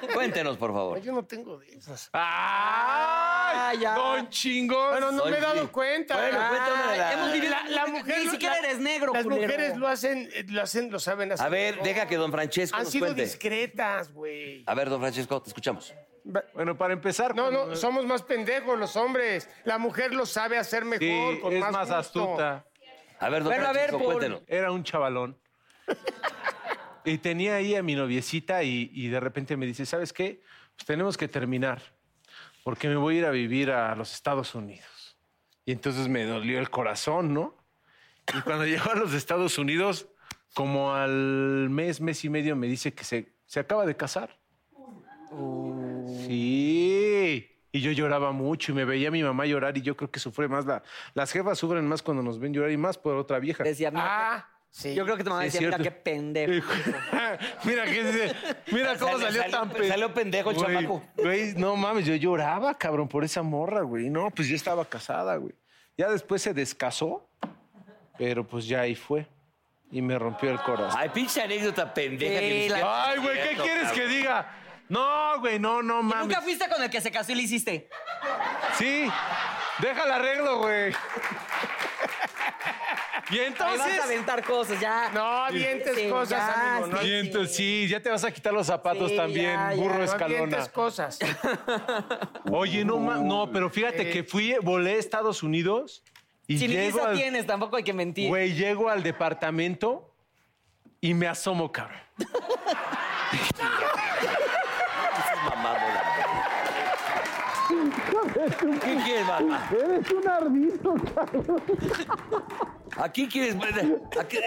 Speaker 4: diga, cuéntenos, por favor.
Speaker 3: Yo no tengo de esas.
Speaker 5: Ah,
Speaker 2: ¡Ay!
Speaker 5: ya.
Speaker 2: ¡Don chingón!
Speaker 3: Bueno, no
Speaker 4: Soy
Speaker 3: me he dado
Speaker 4: bi-
Speaker 3: cuenta.
Speaker 4: Bueno,
Speaker 3: Ah,
Speaker 4: cuéntame de la-
Speaker 5: hemos vivido-
Speaker 3: la, la mujer
Speaker 5: Ni
Speaker 3: lo-
Speaker 5: siquiera
Speaker 3: la-
Speaker 5: eres negro,
Speaker 3: Las
Speaker 5: culero.
Speaker 3: mujeres lo hacen, eh, lo hacen, lo saben hacer.
Speaker 4: A ver, deja que don Francesco
Speaker 3: Han
Speaker 4: nos
Speaker 3: sido
Speaker 4: cuente.
Speaker 3: discretas, güey.
Speaker 4: A ver, don Francesco, te escuchamos.
Speaker 2: Bueno, para empezar... pues,
Speaker 3: No,
Speaker 2: cuando-
Speaker 3: no, somos más pendejos los hombres. La mujer lo sabe hacer mejor,
Speaker 2: Sí,
Speaker 3: con
Speaker 2: es
Speaker 3: más,
Speaker 2: más
Speaker 3: gusto.
Speaker 2: astuta.
Speaker 4: A ver, don
Speaker 5: Bueno, a ver,
Speaker 4: Francesco,
Speaker 5: Paul.
Speaker 4: cuéntenos.
Speaker 2: Era un chavalón. y tenía ahí a mi noviecita y, y de repente me dice, ¿sabes qué? Pues tenemos que terminar porque me voy a ir a vivir a los Estados Unidos. Y entonces me dolió el corazón, ¿no? Y cuando llegó a los Estados Unidos, como al mes, mes y medio, me dice que se, se acaba de casar. Sí. Y yo lloraba mucho y me veía a mi mamá llorar y yo creo que sufre más. la- las jefas sufren más cuando nos ven llorar y más por otra vieja.
Speaker 5: Decía, mira,
Speaker 3: Ah, sí.
Speaker 5: yo creo que tu mamá
Speaker 2: sí, es
Speaker 5: decía, mira,
Speaker 2: cierto.
Speaker 5: qué pendejo.
Speaker 2: mira que dice, mira cómo
Speaker 4: Sale-
Speaker 2: salió,
Speaker 4: salió-
Speaker 2: tan pe-
Speaker 4: salió pendejo el
Speaker 2: Güey,
Speaker 4: chamaco.
Speaker 2: Güey, no mames, yo lloraba, cabrón, por esa morra, güey. No, pues yo estaba casada, güey. Ya después se descasó, pero pues ya ahí fue. Y me rompió el corazón.
Speaker 4: Ay, pinche anécdota pendeja que ni
Speaker 5: Sí, la-
Speaker 4: siquiera-
Speaker 2: Ay, güey, ¿qué
Speaker 4: Cierto,
Speaker 2: quieres que
Speaker 4: cabrón.
Speaker 2: diga? No, güey, no, no mames.
Speaker 5: Nunca fuiste con el que se casó y le hiciste.
Speaker 2: Sí, deja el arreglo, güey.
Speaker 5: Ahí
Speaker 2: Y
Speaker 5: vas a
Speaker 2: entonces...
Speaker 5: aventar cosas, ya.
Speaker 3: No, dientes
Speaker 5: Sí,
Speaker 3: cosas,
Speaker 5: ya,
Speaker 3: amigo. No,
Speaker 2: Y entonces, sí, ya te vas a quitar los zapatos
Speaker 5: Sí,
Speaker 2: también,
Speaker 5: ya, ya.
Speaker 2: burro
Speaker 3: no
Speaker 2: escalona.
Speaker 3: avientes cosas.
Speaker 2: Oye, no, ma- no, pero fíjate que fui, volé a Estados Unidos y
Speaker 5: Si ni
Speaker 2: llego
Speaker 5: visa
Speaker 2: al,
Speaker 5: tienes, tampoco hay que mentir.
Speaker 2: güey, llego al departamento y me asomo, cabrón.
Speaker 4: Estás mamando la ¿Qué quieres, mamá? Eres un ardito, cabrón. ¿A quién quieres? ¿A qué?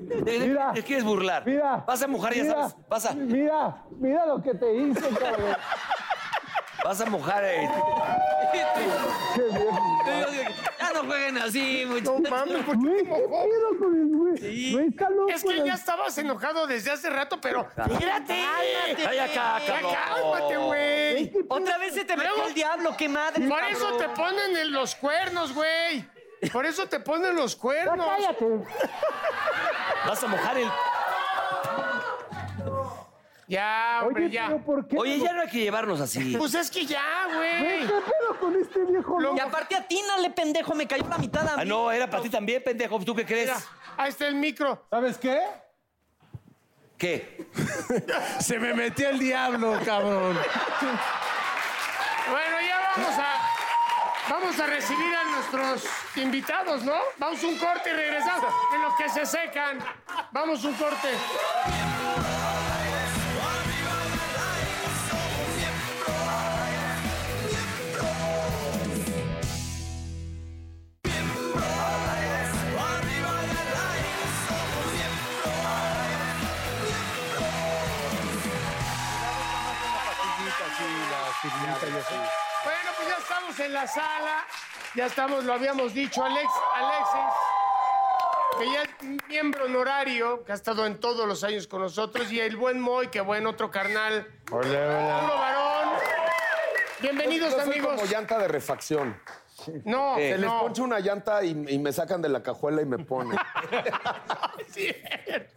Speaker 4: ¿De- de-
Speaker 7: Mira.
Speaker 4: ¿Te quieres burlar?
Speaker 7: Mira.
Speaker 4: Vas a mojar, ya
Speaker 7: mira,
Speaker 4: sabes. Vas a,
Speaker 7: Mira, mira lo que te hice, cabrón.
Speaker 4: vas a mojar. eh.
Speaker 5: Ya no jueguen así,
Speaker 3: No
Speaker 5: muchachos.
Speaker 3: mames, ¿por qué
Speaker 7: Güey,
Speaker 3: te
Speaker 7: ¿qué
Speaker 3: mojó?
Speaker 7: pedo con el güey? Güey, está loco.
Speaker 3: Es que
Speaker 7: la-
Speaker 3: ya estabas enojado desde hace rato, pero fíjate.
Speaker 4: Ay, acá,
Speaker 3: Ya
Speaker 4: cabrón.
Speaker 3: cálmate, güey.
Speaker 5: Otra vez se te metió
Speaker 3: Luego-
Speaker 5: el diablo, qué madre.
Speaker 3: Por eso
Speaker 5: cabrón.
Speaker 3: te ponen el- los cuernos, güey. Por eso te ponen los
Speaker 7: Ya
Speaker 3: cuernos.
Speaker 7: cállate.
Speaker 4: Vas a mojar el.
Speaker 3: Ya, hombre,
Speaker 7: Oye,
Speaker 3: ya.
Speaker 7: pero ¿por qué?
Speaker 4: Oye, ya no hay que llevarnos así.
Speaker 3: Pues es que ya,
Speaker 7: Güey,
Speaker 3: güey.
Speaker 7: ¿Qué pedo con este viejo
Speaker 3: Lo-
Speaker 7: loco?
Speaker 5: Y aparte atínale, pendejo, me cayó la mitad a mí.
Speaker 4: Ah, no, era para ti también, pendejo. ¿Tú qué crees?
Speaker 3: Mira, ahí está el micro.
Speaker 7: ¿Sabes qué?
Speaker 4: ¿Qué?
Speaker 8: Se me metió el diablo, cabrón.
Speaker 3: Bueno, ya vamos a. Vamos a recibir a nuestros invitados, ¿no? Vamos un corte y regresamos. En los que se secan. Vamos un corte. Bueno, pues ya estamos en la sala. Ya estamos, lo habíamos dicho, Alex, Alexis, que ya es miembro honorario, que ha estado en todos los años con nosotros, y el buen Moy, que buen otro carnal. Hola, hola. varón. Bienvenidos,
Speaker 9: Yo soy
Speaker 3: amigos.
Speaker 9: como llanta de refacción.
Speaker 3: No,
Speaker 9: Se les
Speaker 3: no.
Speaker 9: poncho una llanta y, y me sacan de la cajuela y me ponen.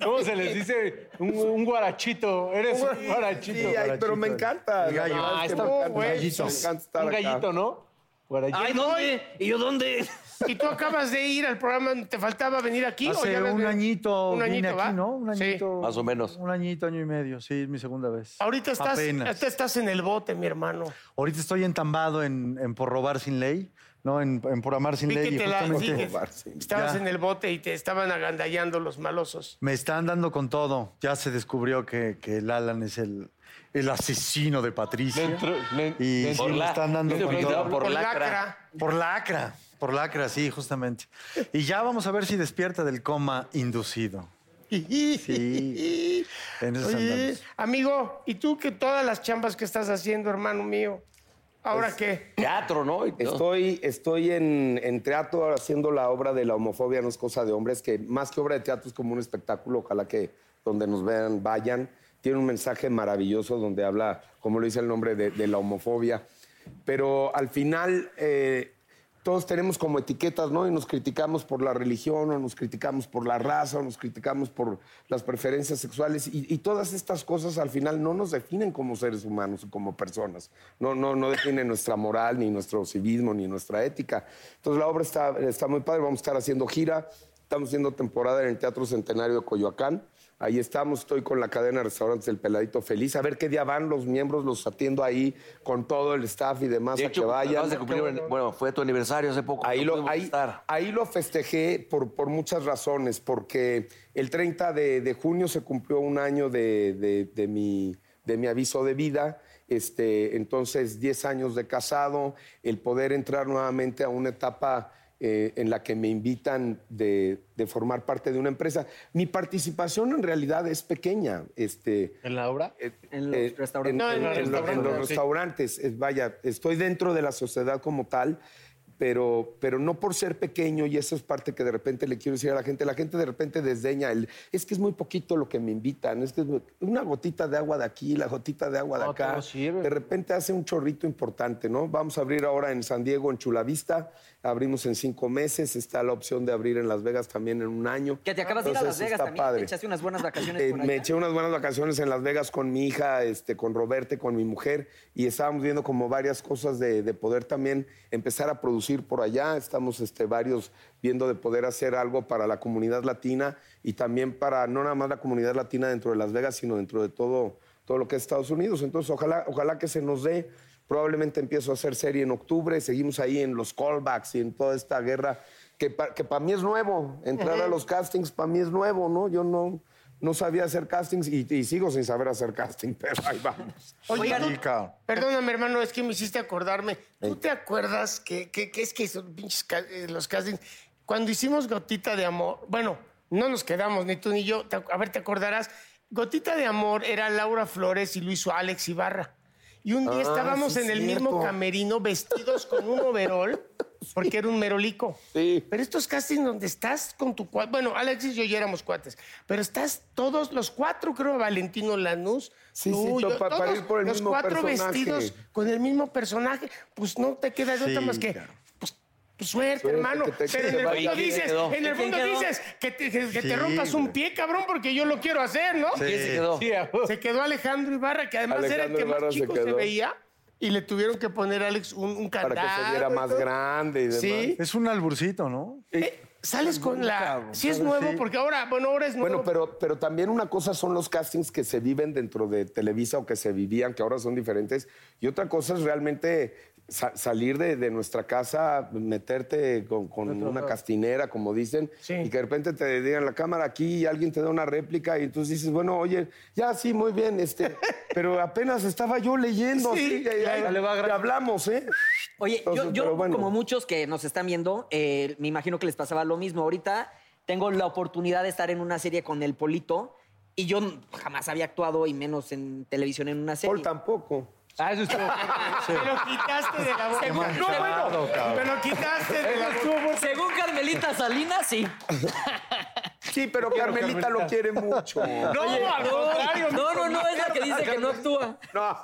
Speaker 8: ¿Cómo se les dice? Un, un guarachito. Eres un guarachito.
Speaker 9: Sí, ay, pero me encanta. la verdad
Speaker 8: Ah,
Speaker 9: es que
Speaker 8: está
Speaker 9: me encanta.
Speaker 8: güey.
Speaker 9: Me encanta estar
Speaker 8: Un
Speaker 9: acá.
Speaker 8: gallito, ¿no? Guarachito.
Speaker 5: Ay, ¿dónde? ¿Y yo dónde?
Speaker 3: Y tú acabas de ir al programa, ¿te faltaba venir aquí? o ya
Speaker 8: Hace
Speaker 3: habías
Speaker 8: un
Speaker 3: venido?
Speaker 8: añito,
Speaker 3: Un
Speaker 8: vine
Speaker 3: añito,
Speaker 8: aquí,
Speaker 3: ¿va?
Speaker 8: ¿no? Un
Speaker 3: Sí.
Speaker 8: añito.
Speaker 4: Más o menos.
Speaker 8: Un añito, año y medio, sí, es mi segunda vez.
Speaker 3: Ahorita estás,
Speaker 8: Apenas.
Speaker 3: ahorita estás en el bote, mi hermano.
Speaker 8: Ahorita estoy entambado en, en por robar sin ley, ¿no? En, en por amar sin
Speaker 3: Vi
Speaker 8: ley.
Speaker 3: que
Speaker 8: y
Speaker 3: te la-
Speaker 8: justamente
Speaker 3: sí,
Speaker 9: Robar, sí.
Speaker 3: Estabas
Speaker 8: Ya.
Speaker 3: en el bote y te estaban agandallando los malosos.
Speaker 8: Me están dando con todo. Ya se descubrió que, que el Alan es el, el asesino de Patricia. y sí,
Speaker 4: Por
Speaker 8: me
Speaker 4: la-
Speaker 8: están dando
Speaker 4: Yo
Speaker 8: con
Speaker 4: me
Speaker 8: todo.
Speaker 4: quedaba
Speaker 8: Por...
Speaker 4: por lacra.
Speaker 8: lacra. Por lacra, sí, justamente. Y ya vamos a ver si despierta del coma inducido. Sí. En eso
Speaker 3: Oye,
Speaker 8: andamos.
Speaker 3: amigo, ¿y tú que todas las chambas que estás haciendo, hermano mío? ¿Ahora qué?
Speaker 4: Teatro, ¿no? Y
Speaker 8: Este,
Speaker 4: todo.
Speaker 9: Estoy, estoy en, en teatro haciendo la obra de la homofobia no es cosa de hombres, que más que obra de teatro es como un espectáculo, ojalá que donde nos vean, vayan. Tiene un mensaje maravilloso donde habla, como lo dice el nombre, de, de la homofobia. Pero al final eh, todos tenemos como etiquetas, ¿no? Y nos criticamos por la religión, o nos criticamos por la raza, o nos criticamos por las preferencias sexuales. Y, y todas estas cosas al final no nos definen como seres humanos o como personas. No, no, no definen nuestra moral, ni nuestro civismo, ni nuestra ética. Entonces la obra está, está muy padre. Vamos a estar haciendo gira. Estamos haciendo temporada en el Teatro Centenario de Coyoacán. Ahí estamos, estoy con la cadena de restaurantes del Peladito Feliz. A ver qué día van los miembros, los atiendo ahí con todo el staff y demás
Speaker 4: De
Speaker 9: a
Speaker 4: hecho,
Speaker 9: que vayan.
Speaker 4: acabas de cumplir- bueno, fue tu aniversario hace poco.
Speaker 9: Ahí
Speaker 4: no
Speaker 9: lo,
Speaker 4: pudimos
Speaker 9: ahí,
Speaker 4: estar.
Speaker 9: ahí lo festejé por, por muchas razones, porque el 30 de, de junio se cumplió un año de, de- de mi, de mi aviso de vida, este, entonces 10 años de casado, el poder entrar nuevamente a una etapa eh, en la que me invitan de, de formar parte de una empresa. Mi participación en realidad es pequeña. Este,
Speaker 8: ¿En la obra?
Speaker 9: eh,
Speaker 5: En los
Speaker 9: eh,
Speaker 5: restaurantes.
Speaker 3: No, en los
Speaker 9: en lo- en
Speaker 3: restaurantes,
Speaker 9: los
Speaker 3: sí.
Speaker 9: restaurantes. Eh, Vaya, estoy dentro de la sociedad como tal, pero, pero no por ser pequeño, y eso es parte que de repente le quiero decir a la gente. La gente de repente desdeña el, es que es muy poquito lo que me invitan, es que es muy- una gotita de agua de aquí, la gotita de agua de
Speaker 2: No,
Speaker 9: acá.
Speaker 2: todo sirve.
Speaker 9: De repente hace un chorrito importante, ¿no? Vamos a abrir ahora en San Diego, en Chulavista. Abrimos en cinco meses, está la opción de abrir en Las Vegas también en un año.
Speaker 5: Que te acabas de ir a Las
Speaker 9: Entonces,
Speaker 5: Vegas
Speaker 9: está
Speaker 5: también.
Speaker 9: padre.
Speaker 5: Te echaste unas buenas vacaciones
Speaker 9: Eh,
Speaker 5: por
Speaker 9: me
Speaker 5: allá.
Speaker 9: eché unas buenas vacaciones en Las Vegas con mi hija, este, con Roberta, y con mi mujer, y estábamos viendo como varias cosas de, de poder también empezar a producir por allá. Estamos este, varios viendo de poder hacer algo para la comunidad latina y también para no nada más la comunidad latina dentro de Las Vegas, sino dentro de todo, todo lo que es Estados Unidos. Entonces, ojalá, ojalá que se nos dé. Probablemente empiezo a hacer serie en octubre, seguimos ahí en los callbacks y en toda esta guerra que para mí es nuevo. Entrar a
Speaker 3: Ujú.
Speaker 9: los castings para mí es nuevo, ¿no? Yo no, no sabía hacer castings y, y sigo sin saber hacer casting, pero ahí vamos.
Speaker 3: Oye, Oigan. tú-
Speaker 9: Sí, cabrón.
Speaker 3: Perdóname, hermano, es que me hiciste acordarme. ¿Tú te acuerdas que, que- que es que son pinches ca- eh, los castings? Cuando hicimos Gotita de Amor, bueno, no nos quedamos ni tú ni yo. te ac- a ver, te acordarás. Gotita de Amor era Laura Flores y lo hizo Alex Ibarra. Y un día
Speaker 9: Ah,
Speaker 3: estábamos
Speaker 9: sí,
Speaker 3: en el
Speaker 9: cierto.
Speaker 3: mismo camerino vestidos con un overol, porque era un merolico. Pero estos castings donde estás con tu cuate, bueno, Alex y yo ya éramos cuates, pero estás todos los cuatro, creo, Valentino Lanús,
Speaker 9: Sí,
Speaker 3: tú,
Speaker 9: sí,
Speaker 3: yo,
Speaker 9: pa- para
Speaker 3: todos
Speaker 9: ir por el
Speaker 3: los
Speaker 9: mismo
Speaker 3: cuatro
Speaker 9: personaje.
Speaker 3: vestidos con el mismo personaje, pues no te queda de otra
Speaker 9: Sí,
Speaker 3: más que
Speaker 9: claro.
Speaker 3: pues, pues, suerte,
Speaker 9: Suerte,
Speaker 3: hermano.
Speaker 9: que te-
Speaker 3: Pero
Speaker 9: que
Speaker 3: en el
Speaker 9: vaya
Speaker 3: fondo
Speaker 9: bien,
Speaker 3: dices,
Speaker 9: quedó.
Speaker 3: en el
Speaker 9: ¿Y quién
Speaker 3: fondo
Speaker 9: quedó?
Speaker 3: dices que te, que- que te
Speaker 9: Sí,
Speaker 3: rompas un
Speaker 9: güey.
Speaker 3: pie, cabrón, porque yo lo quiero hacer, ¿no?
Speaker 9: Sí. ¿Quién se quedó?
Speaker 3: Sí, a- se quedó Alejandro Ibarra, que además era el
Speaker 9: Alejandro
Speaker 3: que más
Speaker 9: Ibarra se
Speaker 3: chico se,
Speaker 9: quedó.
Speaker 3: veía. Y le tuvieron que poner a Alex un, un
Speaker 9: Para
Speaker 3: candado.
Speaker 9: que se viera
Speaker 3: y
Speaker 9: más
Speaker 3: todo.
Speaker 9: grande y demás.
Speaker 3: Sí.
Speaker 8: Es un alburcito, ¿no?
Speaker 3: Eh, Sales con la...
Speaker 9: Cabrón,
Speaker 3: Si es
Speaker 9: cabrón,
Speaker 3: nuevo,
Speaker 9: sí.
Speaker 3: porque ahora, bueno, ahora es nuevo.
Speaker 9: Bueno, pero, pero también una cosa son los castings que se viven dentro de Televisa o que se vivían, que ahora son diferentes. Y otra cosa es realmente sa- salir de, de nuestra casa, meterte con, con una castinera, como dicen, y que de repente te digan la cámara aquí y alguien te da una réplica y entonces dices, bueno, oye, ya sí, muy bien, este, pero apenas estaba yo leyendo,
Speaker 5: Sí,
Speaker 9: así, ya, ya-
Speaker 5: ya le va a agarrar.
Speaker 9: ya hablamos, ¿eh?
Speaker 5: Oye, yo-
Speaker 9: Entonces,
Speaker 5: yo,
Speaker 9: pero bueno.
Speaker 5: como muchos que nos están viendo, eh, me imagino que les pasaba lo mismo. Ahorita tengo la oportunidad de estar en una serie con el Polito y yo jamás había actuado y menos en televisión en una serie. Paul
Speaker 9: tampoco.
Speaker 5: Ah, eso estuvo.
Speaker 3: Me lo quitaste de la boca.
Speaker 5: Qué
Speaker 3: No, bueno,
Speaker 5: manchado, cabrón.
Speaker 3: me lo quitaste de la boca.
Speaker 5: Según Carmelita Salinas, sí.
Speaker 9: Sí, pero Carmelita lo quiere mucho.
Speaker 5: No, al contrario. No, no, no, es la que dice que no actúa.
Speaker 9: No.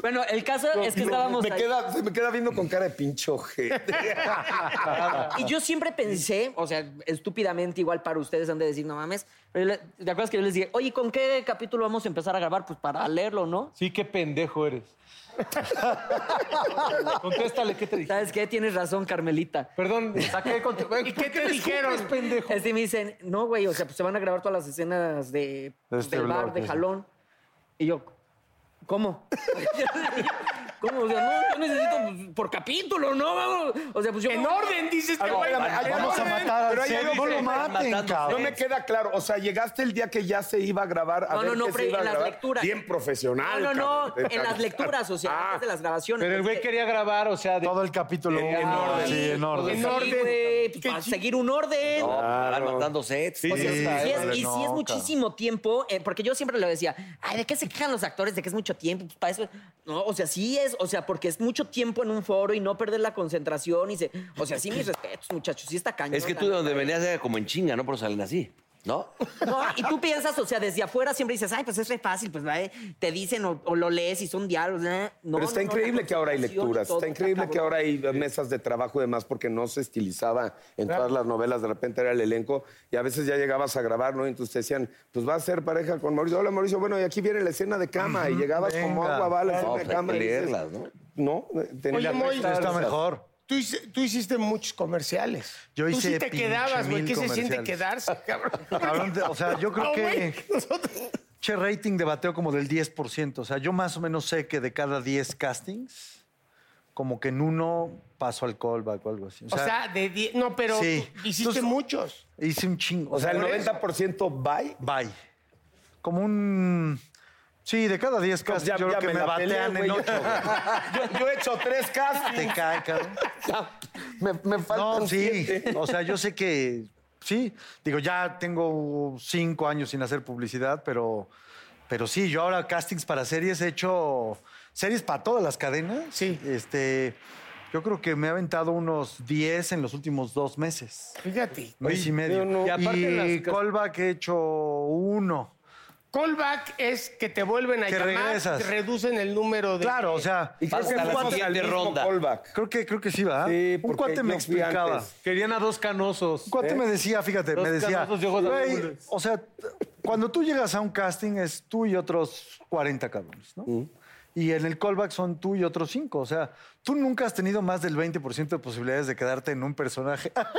Speaker 5: Bueno, el caso es que
Speaker 9: Me-
Speaker 5: estábamos
Speaker 9: me
Speaker 5: ahí.
Speaker 9: queda, se me queda viendo con cara de pincho ojete.
Speaker 5: Ah, Y yo siempre pensé, o sea, estúpidamente, igual para ustedes han de decir, no mames. Pero yo le- ¿Te acuerdas que yo les dije, oye, ¿con qué capítulo vamos a empezar a grabar? Pues para leerlo, ¿no?
Speaker 2: Sí, qué pendejo eres. Contéstale, ¿qué te dije?
Speaker 5: ¿Sabes qué? Tienes razón, Carmelita.
Speaker 2: Perdón, saqué con
Speaker 3: ¿Y qué te dijeron?
Speaker 2: pendejo?
Speaker 5: Así me dicen, no, güey, o sea, pues se van a grabar todas las escenas de,
Speaker 8: De este
Speaker 5: del bar,
Speaker 8: bloque.
Speaker 5: de jalón. Y yo, ¿cómo? ¿Cómo? O sea, no, yo necesito pues, por capítulo, ¿no? Vamos. O sea, pues yo.
Speaker 3: En orden, dices que
Speaker 9: Espérame,
Speaker 3: vayan
Speaker 9: hay
Speaker 8: vamos
Speaker 9: algo-
Speaker 8: a matar al
Speaker 9: pero hay
Speaker 8: Cid,
Speaker 9: algo
Speaker 8: no
Speaker 9: que-
Speaker 8: lo maten,
Speaker 9: matándose.
Speaker 8: cabrón.
Speaker 9: No me queda claro. O sea, llegaste el día que ya se iba a grabar. A
Speaker 5: No,
Speaker 9: ver
Speaker 5: no, no,
Speaker 9: qué se
Speaker 5: pero
Speaker 9: iba a
Speaker 5: en las
Speaker 9: grabar.
Speaker 5: lecturas.
Speaker 9: Bien profesional.
Speaker 5: No, no, no,
Speaker 9: cabrón.
Speaker 5: en las lecturas, o
Speaker 9: Ah.
Speaker 5: sea, antes de las grabaciones.
Speaker 2: Pero el güey
Speaker 5: Es que-
Speaker 2: quería grabar, o sea, de-
Speaker 8: Todo el capítulo.
Speaker 2: En
Speaker 8: Ah,
Speaker 2: orden.
Speaker 8: Sí, en orden.
Speaker 5: pues, Sí, güey, pues, para seguir un orden.
Speaker 4: No, van matando sets.
Speaker 8: Sí,
Speaker 5: O sea,
Speaker 8: sí,
Speaker 5: sí es-
Speaker 8: vale,
Speaker 5: y sí es
Speaker 8: no,
Speaker 5: muchísimo tiempo, eh, porque yo siempre le decía, ay, ¿de qué se quejan los actores? ¿De que es mucho tiempo? Pues para eso, no, o sea, sí es, o sea, porque es mucho tiempo en un foro y no perder la concentración y se, o sea, sí mis respetos, muchachos, sí está cañón.
Speaker 4: Es que tú de donde venías era como en chinga, ¿no? Por eso salen así, ¿no?
Speaker 5: No, y tú piensas, o sea, desde afuera siempre dices, ay, pues es re fácil, pues va, eh, te dicen o, o lo lees y son diálogos. eh. No,
Speaker 9: pero está
Speaker 5: no, no, la
Speaker 9: increíble que ahora hay
Speaker 5: concentración y
Speaker 9: lecturas,
Speaker 5: todo,
Speaker 9: está increíble que
Speaker 5: cabrón.
Speaker 9: ahora hay mesas de trabajo y demás, porque no se estilizaba en todas las novelas, de repente era el elenco, y a veces ya llegabas a grabar, ¿no? Y entonces te decían, pues va a ser pareja con Mauricio. Hola, Mauricio, bueno, y aquí viene la escena de cama, y llegabas como
Speaker 8: venga.
Speaker 9: agua, va la
Speaker 4: No,
Speaker 9: escena
Speaker 4: pues,
Speaker 9: de
Speaker 4: hay
Speaker 9: cama.
Speaker 4: que
Speaker 9: y dices,
Speaker 4: leerlas, ¿no?
Speaker 9: No, tenía
Speaker 3: Oye, Moy,
Speaker 9: que estar-
Speaker 8: Está mejor.
Speaker 3: Tú, hice- tú hiciste muchos comerciales.
Speaker 8: Yo
Speaker 3: tú sí
Speaker 8: hice
Speaker 3: te
Speaker 8: pinche
Speaker 3: quedabas, güey.
Speaker 8: mil
Speaker 3: ¿Qué se siente
Speaker 8: comerciales.
Speaker 3: quedarse, cabrón?
Speaker 8: Cabrón, o sea, yo creo
Speaker 3: No,
Speaker 8: que-
Speaker 3: güey, nosotros-
Speaker 8: Che, rating de bateo como del 10%. O sea, yo más o menos sé que de cada 10 castings, como que en uno paso al callback o algo así. O
Speaker 3: O
Speaker 8: sea,
Speaker 3: sea, de die- No, pero
Speaker 8: Sí.
Speaker 3: tú hiciste
Speaker 8: Entonces-
Speaker 3: muchos.
Speaker 8: hice un chingo.
Speaker 9: O sea, el 90% bye.
Speaker 8: Bye. Como un... Sí, de cada 10
Speaker 9: Pues
Speaker 8: castings
Speaker 9: ya,
Speaker 8: yo
Speaker 9: ya
Speaker 8: creo que me,
Speaker 9: la
Speaker 8: batean
Speaker 9: peleé,
Speaker 8: en
Speaker 9: güey.
Speaker 8: 8.
Speaker 9: Yo, yo he hecho tres
Speaker 8: Te
Speaker 9: castings.
Speaker 8: cae, cabrón.
Speaker 9: Me, me faltan
Speaker 8: No, sí.
Speaker 9: siete.
Speaker 8: O sea, yo sé que sí. Digo, ya tengo cinco años sin hacer publicidad, pero, pero sí, yo ahora castings para series he hecho series para todas las cadenas.
Speaker 3: Sí.
Speaker 8: Este, yo creo que me he aventado unos 10 en los últimos dos meses.
Speaker 3: Fíjate.
Speaker 8: Mes y medio.
Speaker 9: yo no-
Speaker 8: Y,
Speaker 9: Y aparte
Speaker 8: y
Speaker 9: en las-
Speaker 8: callback he hecho uno.
Speaker 3: Callback es que te vuelven a
Speaker 8: Que
Speaker 3: llamar,
Speaker 8: regresas.
Speaker 3: te reducen el siguiente de-
Speaker 8: Claro, o sea,
Speaker 9: Y creo
Speaker 4: Hasta
Speaker 9: que
Speaker 4: la
Speaker 9: fuimos
Speaker 4: siguiente
Speaker 9: al mismo
Speaker 4: ronda.
Speaker 9: callback.
Speaker 8: creo que, creo que sí, va.
Speaker 9: Sí,
Speaker 8: un
Speaker 9: porque
Speaker 8: cuate me
Speaker 9: yo fui
Speaker 8: explicaba.
Speaker 9: antes. Eh,
Speaker 2: Querían a dos canosos.
Speaker 8: Un cuate me decía, fíjate,
Speaker 2: Dos
Speaker 8: me decía,
Speaker 2: canazos de ojos
Speaker 8: "Güey,
Speaker 2: azules".
Speaker 8: o sea, t- cuando tú llegas a un casting es tú y otros 40 cabrones, ¿no?
Speaker 9: Mm.
Speaker 8: Y en el callback son tú y otros 5, o sea, tú nunca has tenido más del 20% de posibilidades de quedarte en un personaje.
Speaker 2: Ah,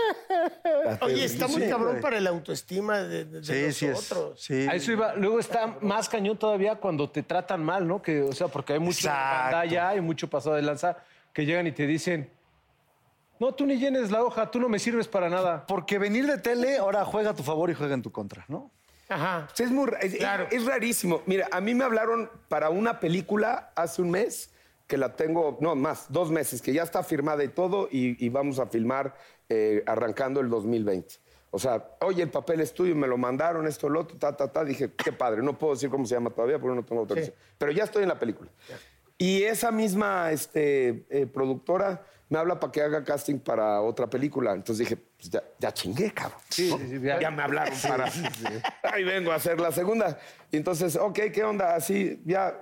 Speaker 3: Oye, está muy
Speaker 8: Sí,
Speaker 3: cabrón
Speaker 8: güey.
Speaker 3: para la autoestima de, de- de
Speaker 8: sí, sí es.
Speaker 3: nosotros.
Speaker 8: Sí.
Speaker 2: A eso iba. Luego está más cañón todavía cuando te tratan mal, ¿no? Que, o sea, porque hay mucha
Speaker 8: Exacto.
Speaker 2: pantalla, hay mucho pasado de lanza, que llegan y te dicen, No, tú ni llenes la hoja, tú no me sirves para nada.
Speaker 8: Porque venir de tele ahora juega a tu favor y juega en tu contra, ¿no?
Speaker 3: Ajá.
Speaker 9: O sea, es, muy, ra- es- es- es rarísimo. Mira, a mí me hablaron para una película hace un mes que la tengo, no, más, dos meses, que ya está firmada y todo, y, y vamos a filmar eh, arrancando el 2020. O sea, oye, el papel es tuyo, me lo mandaron, esto, lo otro, ta, ta, ta. Dije, qué padre, no puedo decir cómo se llama todavía porque no tengo autorización. Pero ya estoy en la película. Y esa misma este, eh, productora me habla para que haga casting para otra película. Entonces dije, pues ya, ya chingué, cabrón. ¿no? ya. me hablaron para... Ahí vengo a hacer la segunda. Y entonces, ok, ¿qué onda? Así, ya,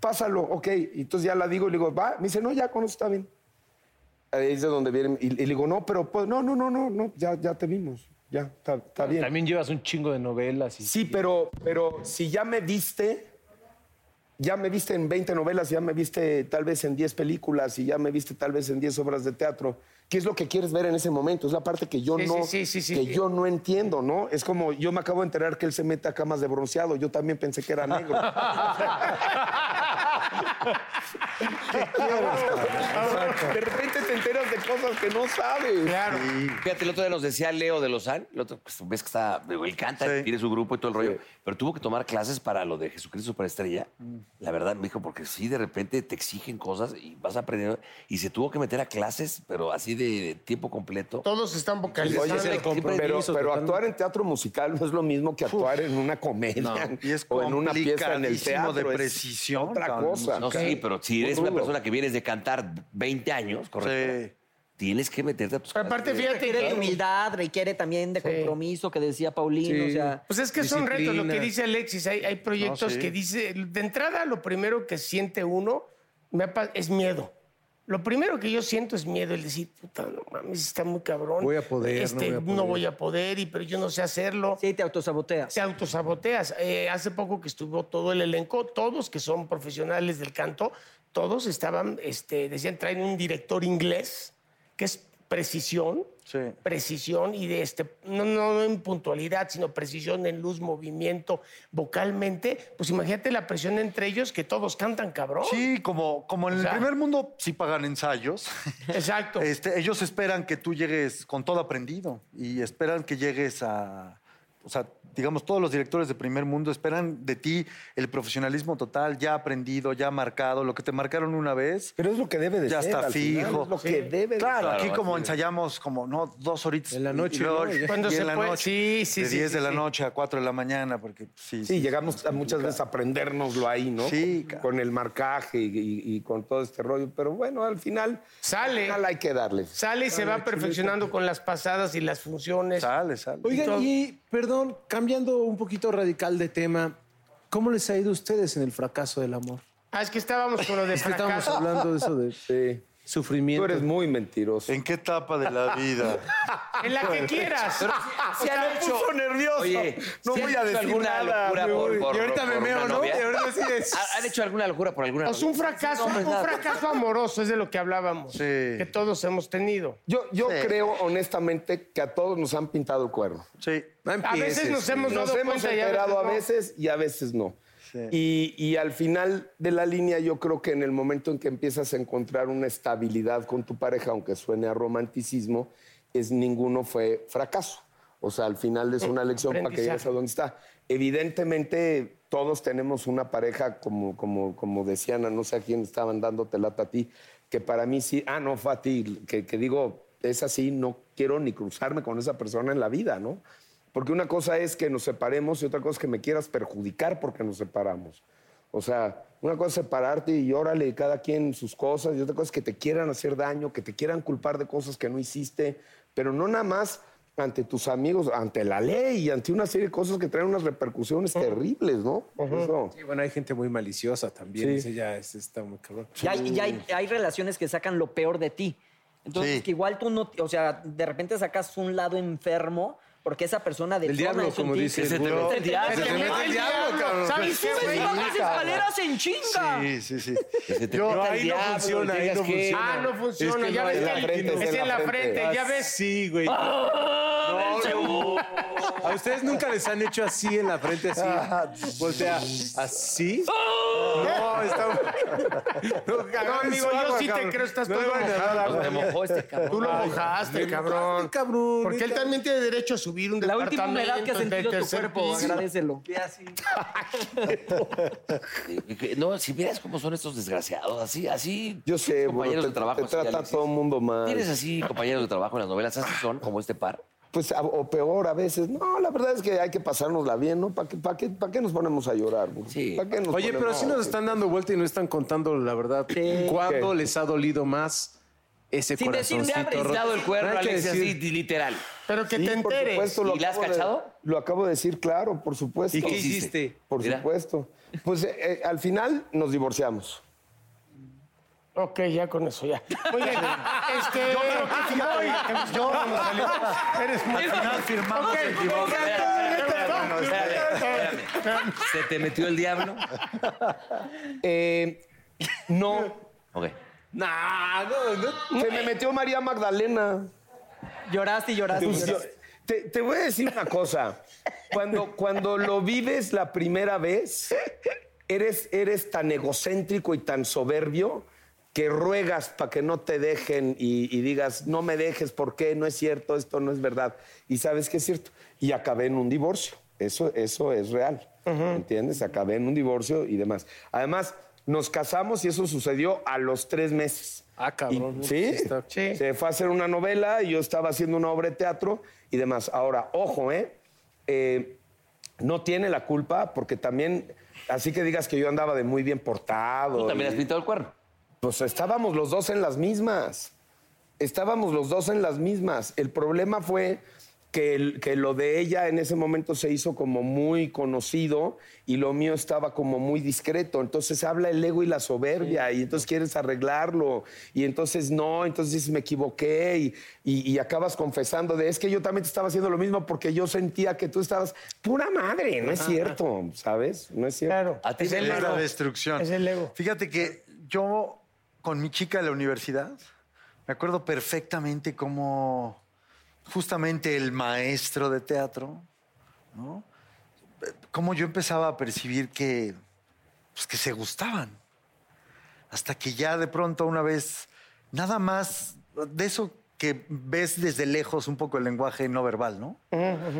Speaker 9: pásalo, ok. Y entonces ya la digo y le digo, va. Me dice, no, ya con eso está bien. Ahí es de donde vienen. Y, y le digo, no, pero pues, no, no, no, no, no, ya, ya te vimos. Ya, está, está bien.
Speaker 2: También llevas un chingo de novelas y.
Speaker 9: Sí, pero, pero si ya me viste, ya me viste en 20 novelas, ya me viste tal vez en 10 películas y ya me viste tal vez en 10 obras de teatro. ¿Qué es lo que quieres ver en ese momento? Es la parte que yo
Speaker 3: Sí,
Speaker 9: no
Speaker 3: sí, sí, sí, sí.
Speaker 9: que yo no entiendo, ¿no? Es como yo me acabo de enterar que él se mete a camas de bronceado, yo también pensé que era negro. de repente te enteras de cosas que no sabes.
Speaker 3: Claro.
Speaker 4: Fíjate, el otro día nos decía Leo de Lozán, el otro, pues, ves que está, digo, él canta, tiene su grupo y todo el rollo, pero tuvo que tomar clases para lo de Jesucristo Superestrella. La verdad, me dijo, porque sí, de repente te exigen cosas y vas aprendiendo. Y se tuvo que meter a clases, pero así de, de tiempo completo.
Speaker 3: Todos están vocalizando.
Speaker 9: Oye,
Speaker 4: Siempre- siempre
Speaker 9: pero,
Speaker 4: hizo
Speaker 9: pero
Speaker 4: tratando-
Speaker 9: actuar en teatro musical no es lo mismo que actuar en una comedia
Speaker 8: y es
Speaker 9: o en una pieza en el
Speaker 8: complicadísimo
Speaker 9: teatro.
Speaker 8: de
Speaker 9: es
Speaker 8: precisión,
Speaker 9: otra
Speaker 8: cabrón,
Speaker 9: cosa.
Speaker 4: No, sí, pero si eres
Speaker 9: Muy
Speaker 4: una
Speaker 9: rudo.
Speaker 4: persona que vienes de cantar 20 años, correcto,
Speaker 8: Sí.
Speaker 4: tienes que meterte a tus
Speaker 3: Pero aparte,
Speaker 4: clases.
Speaker 3: fíjate
Speaker 5: Requiere de
Speaker 3: que...
Speaker 5: humildad, requiere también de compromiso que decía Paulino. O sea,
Speaker 3: Pues es que son retos, lo que
Speaker 2: Disciplina.
Speaker 3: dice Alexis. Hay, hay proyectos que dice, de entrada, lo primero que siente uno me ha pa- es miedo. Lo primero que yo siento es miedo, el decir, puta, no mames, está muy cabrón.
Speaker 10: Voy a poder, no
Speaker 3: Este,
Speaker 10: voy a poder.
Speaker 3: No voy a poder, y, pero yo no sé hacerlo.
Speaker 5: sí, te autosaboteas.
Speaker 3: Se autosaboteas. Eh, hace poco que estuvo todo el elenco, todos que son profesionales del canto, todos estaban, este, decían, traen un director inglés, que es precisión,
Speaker 8: Sí.
Speaker 3: precisión y de este, no, no, no en puntualidad, sino precisión en luz, movimiento, vocalmente. Pues imagínate la presión entre ellos que todos cantan cabrón.
Speaker 8: Sí, como, como en
Speaker 3: O
Speaker 8: el
Speaker 3: sea-
Speaker 8: primer mundo sí pagan ensayos.
Speaker 3: Exacto.
Speaker 8: Este, ellos esperan que tú llegues con todo aprendido y esperan que llegues a... O sea, digamos, todos los directores de primer mundo esperan de ti el profesionalismo total, ya aprendido, ya marcado, lo que te marcaron una vez.
Speaker 9: Pero es lo que debe de
Speaker 8: Ya
Speaker 9: ser.
Speaker 8: está
Speaker 9: al final,
Speaker 8: fijo.
Speaker 9: es lo que debe de
Speaker 8: Claro,
Speaker 9: ser.
Speaker 8: aquí como ensayamos como, no, dos horitas.
Speaker 10: En la
Speaker 8: y-
Speaker 10: noche,
Speaker 8: y luego-
Speaker 10: ¿no?
Speaker 3: Cuando
Speaker 8: y en
Speaker 3: se
Speaker 8: la
Speaker 3: puede,
Speaker 8: noche,
Speaker 3: sí, sí,
Speaker 8: De
Speaker 3: sí,
Speaker 8: 10
Speaker 3: sí,
Speaker 8: de la
Speaker 3: sí.
Speaker 8: noche a 4 de la mañana, porque sí,
Speaker 9: Sí, llegamos a muchas veces a aprendérnoslo ahí, ¿no?
Speaker 8: Sí,
Speaker 9: Con-
Speaker 8: cabrón.
Speaker 9: Con el marcaje y, y- y con todo este rollo. Pero bueno, al final,
Speaker 3: Sale.
Speaker 9: al final hay que darle.
Speaker 3: Sale y se va perfeccionando con las pasadas y las funciones.
Speaker 8: sale, sale.
Speaker 10: Oigan,
Speaker 3: Entonces-
Speaker 10: y perdón, cambiando un poquito radical de tema, ¿cómo les ha ido a ustedes en el fracaso del amor?
Speaker 3: Ah, es que estábamos con lo de
Speaker 10: Es que estábamos
Speaker 3: fracaso.
Speaker 10: hablando de eso de
Speaker 9: Sí. Tú
Speaker 10: sufrimiento.
Speaker 9: eres muy mentiroso.
Speaker 8: ¿En qué etapa de la vida?
Speaker 3: En la que quieras. Ah,
Speaker 4: Se han hecho-
Speaker 8: nervioso.
Speaker 4: Oye,
Speaker 8: no
Speaker 4: ¿se
Speaker 8: voy
Speaker 4: han
Speaker 8: a
Speaker 4: hecho
Speaker 8: decir
Speaker 4: alguna
Speaker 8: nada.
Speaker 4: locura
Speaker 8: me
Speaker 4: por-
Speaker 8: voy.
Speaker 4: por-
Speaker 8: y ahorita
Speaker 4: por
Speaker 8: me meo,
Speaker 4: una
Speaker 8: ¿no?
Speaker 4: novia?
Speaker 8: Y ahorita sí es-
Speaker 4: ¿Ha- ¿Han hecho alguna locura por alguna
Speaker 3: O sea, un fracaso,
Speaker 4: No,
Speaker 3: un
Speaker 4: pues nada.
Speaker 3: fracaso amoroso, es de lo que hablábamos.
Speaker 8: Sí.
Speaker 3: Que todos hemos tenido.
Speaker 9: Yo, yo creo, honestamente, que a todos nos han pintado el cuerno.
Speaker 8: Sí.
Speaker 10: No
Speaker 3: A veces
Speaker 10: empieces,
Speaker 3: nos hemos
Speaker 9: Nos
Speaker 3: dado
Speaker 9: hemos
Speaker 3: cuenta y a veces
Speaker 9: enterado a
Speaker 3: no.
Speaker 9: veces y a veces no. Y, y al final de la línea yo creo que en el momento en que empiezas a encontrar una estabilidad con tu pareja, aunque suene a romanticismo, es ninguno fue fracaso. O sea, al final
Speaker 3: Eh,
Speaker 9: es una lección para que llegues a donde está. Evidentemente todos tenemos una pareja, como, como, como decían, a no sé a quién estaban dándote lata a ti, que para mí sí, ah, no, fue a ti, que, que digo, es así, no quiero ni cruzarme con esa persona en la vida, ¿no? Porque una cosa es que nos separemos y otra cosa es que me quieras perjudicar porque nos separamos. O sea, una cosa es separarte y órale, cada quien sus cosas, y otra cosa es que te quieran hacer daño, que te quieran culpar de cosas que no hiciste, pero no nada más ante tus amigos, ante la ley y ante una serie de cosas que traen unas repercusiones terribles, ¿no? Eso.
Speaker 10: Sí, bueno, hay gente muy maliciosa también.
Speaker 9: Sí.
Speaker 10: Eso ya es- está muy cabrón.
Speaker 5: Ya hay, ya hay- hay relaciones que sacan lo peor de ti. Entonces,
Speaker 8: Sí.
Speaker 5: que igual tú no, o sea, de repente sacas un lado enfermo porque esa persona del
Speaker 10: diablo, como dice el burro.
Speaker 5: el diablo.
Speaker 3: Se te mete el diablo,
Speaker 8: cabrón.
Speaker 3: ¿Sabes qué,
Speaker 5: Subes
Speaker 3: güey?
Speaker 5: y bajas escaleras en chinga.
Speaker 8: Sí, sí, sí.
Speaker 4: te
Speaker 8: Yo-
Speaker 4: meta el
Speaker 8: ahí no
Speaker 4: diablo,
Speaker 8: funciona, ahí
Speaker 4: digas
Speaker 8: no
Speaker 4: que-
Speaker 8: funciona.
Speaker 3: Ah, no funciona.
Speaker 10: Es que
Speaker 3: ya
Speaker 10: no
Speaker 3: ves
Speaker 10: hay
Speaker 3: que
Speaker 9: la
Speaker 3: el-
Speaker 10: Ah,
Speaker 9: frente, es
Speaker 4: Ah,
Speaker 3: es en la frente, ya ves.
Speaker 10: Sí, güey.
Speaker 5: No,
Speaker 10: ¿A ustedes nunca les han hecho así en la frente, así? Voltea, ¿así? No, está...
Speaker 3: No, amigo, yo sí te creo, estás todo mojado.
Speaker 10: Te mojó este cabrón.
Speaker 3: Tú lo
Speaker 10: Ay,
Speaker 3: mojaste,
Speaker 10: me
Speaker 3: cabrón.
Speaker 10: cabrón.
Speaker 3: Porque él también tiene derecho a subir un
Speaker 5: La última
Speaker 3: departamento.
Speaker 5: humedad que ha
Speaker 3: del
Speaker 5: sentido tu
Speaker 3: tercer
Speaker 5: cuerpo,
Speaker 3: piso.
Speaker 5: agradecelo.
Speaker 4: No, si vieras cómo son estos desgraciados, así, así.
Speaker 9: Yo sé,
Speaker 4: compañeros
Speaker 9: bueno, te,
Speaker 4: de trabajo.
Speaker 9: te
Speaker 4: así,
Speaker 9: trata
Speaker 4: Alexis.
Speaker 9: todo el mundo mal.
Speaker 4: ¿Tienes así compañeros de trabajo en las novelas? ¿Así son como este par?
Speaker 9: Pues, a- o peor a veces. No, la verdad es que hay que pasárnosla bien, ¿no? ¿Para qué, para qué, para qué nos ponemos a llorar? Sí. ¿Para qué nos
Speaker 10: Oye, pero
Speaker 9: ponemos-
Speaker 10: sí nos están dando vuelta y no están contando la verdad. ¿Cuándo
Speaker 9: ¿Qué?
Speaker 10: les ha dolido más ese
Speaker 4: Sin decir, me
Speaker 10: corazoncito
Speaker 4: ha brindado
Speaker 10: roto?
Speaker 4: el cuerno,
Speaker 10: No hay que
Speaker 4: Alexis, así,
Speaker 10: decir.
Speaker 4: literal.
Speaker 3: Pero que
Speaker 9: Sí,
Speaker 3: te
Speaker 9: por
Speaker 3: enteres.
Speaker 9: supuesto, lo
Speaker 4: ¿Y la has
Speaker 9: acabo de-
Speaker 4: cachado?
Speaker 9: lo acabo de decir, claro, por supuesto.
Speaker 10: ¿Y qué hiciste?
Speaker 9: Por
Speaker 4: Mira.
Speaker 9: supuesto. Pues eh, eh, al final nos divorciamos.
Speaker 3: Ok, ya con eso, ya. Muy bien. Este, yo creo que fíjate, yo no Eres muy
Speaker 11: firmamos
Speaker 3: Ok,
Speaker 11: el divorcio.
Speaker 3: ok,
Speaker 11: Espérame, espérame, espérame, espérame.
Speaker 4: ¿Se te metió el diablo?
Speaker 9: Eh, no,
Speaker 4: Ok.
Speaker 10: Nah, no, no.
Speaker 9: se me metió María Magdalena.
Speaker 5: Lloraste y lloraste. y
Speaker 9: Pues yo-
Speaker 5: lloraste.
Speaker 9: te, te voy a decir una cosa. Cuando, cuando lo vives la primera vez, eres, eres tan egocéntrico y tan soberbio que ruegas para que no te dejen y, y digas, no me dejes, ¿por qué? No es cierto, esto no es verdad. Y sabes que es cierto. Y acabé en un divorcio. Eso, eso es real. ¿Entiendes? Acabé en un divorcio y demás. Además, nos casamos y eso sucedió a los tres meses.
Speaker 10: Ah, cabrón.
Speaker 9: Y- ¿Sí?
Speaker 10: está-
Speaker 3: Sí.
Speaker 9: Se fue a hacer una novela y yo estaba haciendo una obra de teatro y demás. Ahora, ojo, ¿eh? Eh, no tiene la culpa porque también, así que digas que yo andaba de muy bien portado.
Speaker 4: ¿Tú también
Speaker 9: y-
Speaker 4: has pintado el cuerno?
Speaker 9: pues estábamos los dos en las mismas. Estábamos los dos en las mismas. El problema fue que, el- que lo de ella en ese momento se hizo como muy conocido y lo mío estaba como muy discreto. Entonces habla el ego y la soberbia y entonces quieres arreglarlo y entonces no, entonces dices, me equivoqué y, y- y acabas confesando de es que yo también te estaba haciendo lo mismo porque yo sentía que tú estabas pura madre, no es cierto, ¿sabes? No es cierto.
Speaker 3: Claro.
Speaker 4: A ti
Speaker 3: Es el
Speaker 8: Es la
Speaker 3: ego.
Speaker 8: destrucción.
Speaker 3: Es el ego.
Speaker 8: Fíjate que yo, con mi chica de la universidad, me acuerdo perfectamente cómo justamente el maestro de teatro, ¿no? Cómo yo empezaba a percibir que, pues, que se gustaban. Hasta que ya de pronto una vez, nada más de eso que ves desde lejos un poco el lenguaje no verbal, ¿no?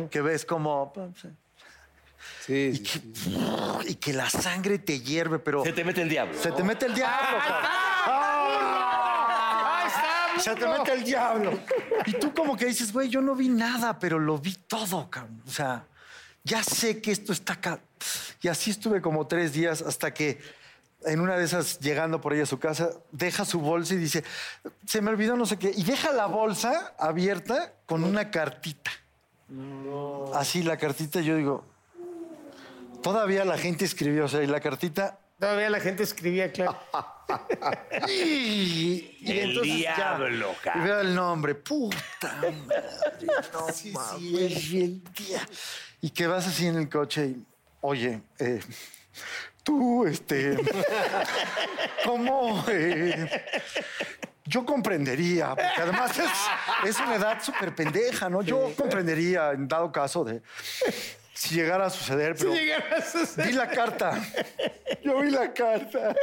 Speaker 8: Que ves como... pues,
Speaker 10: Sí,
Speaker 8: Y
Speaker 10: sí.
Speaker 8: que, y que la sangre te hierve, pero
Speaker 4: Se te mete el diablo.
Speaker 8: se te mete el diablo. cabrón. Ah. Se te mete el diablo. Y tú como que dices, güey, yo no vi nada, pero lo vi todo, cabrón. O sea, ya sé que esto está acá. Y así estuve como tres días hasta que en una de esas, llegando por ahí a su casa, deja su bolsa y dice, se me olvidó no sé qué. Y deja la bolsa abierta con una cartita. Así la cartita, yo digo, todavía la gente escribió, o sea, y la cartita...
Speaker 3: Todavía la gente escribía, claro.
Speaker 8: Y, y
Speaker 4: El
Speaker 8: entonces ya.
Speaker 4: diablo,
Speaker 8: Y
Speaker 4: cabrón.
Speaker 8: veo el nombre, puta madre, no mames, el día. Y que vas así en el coche y, oye, eh, tú, este, ¿cómo? eh, yo comprendería, porque además es, es una edad súper pendeja, ¿no? Yo comprendería en dado caso de si llegara a suceder, pero
Speaker 3: Llegaba a sus-
Speaker 8: vi la carta. Yo vi la carta.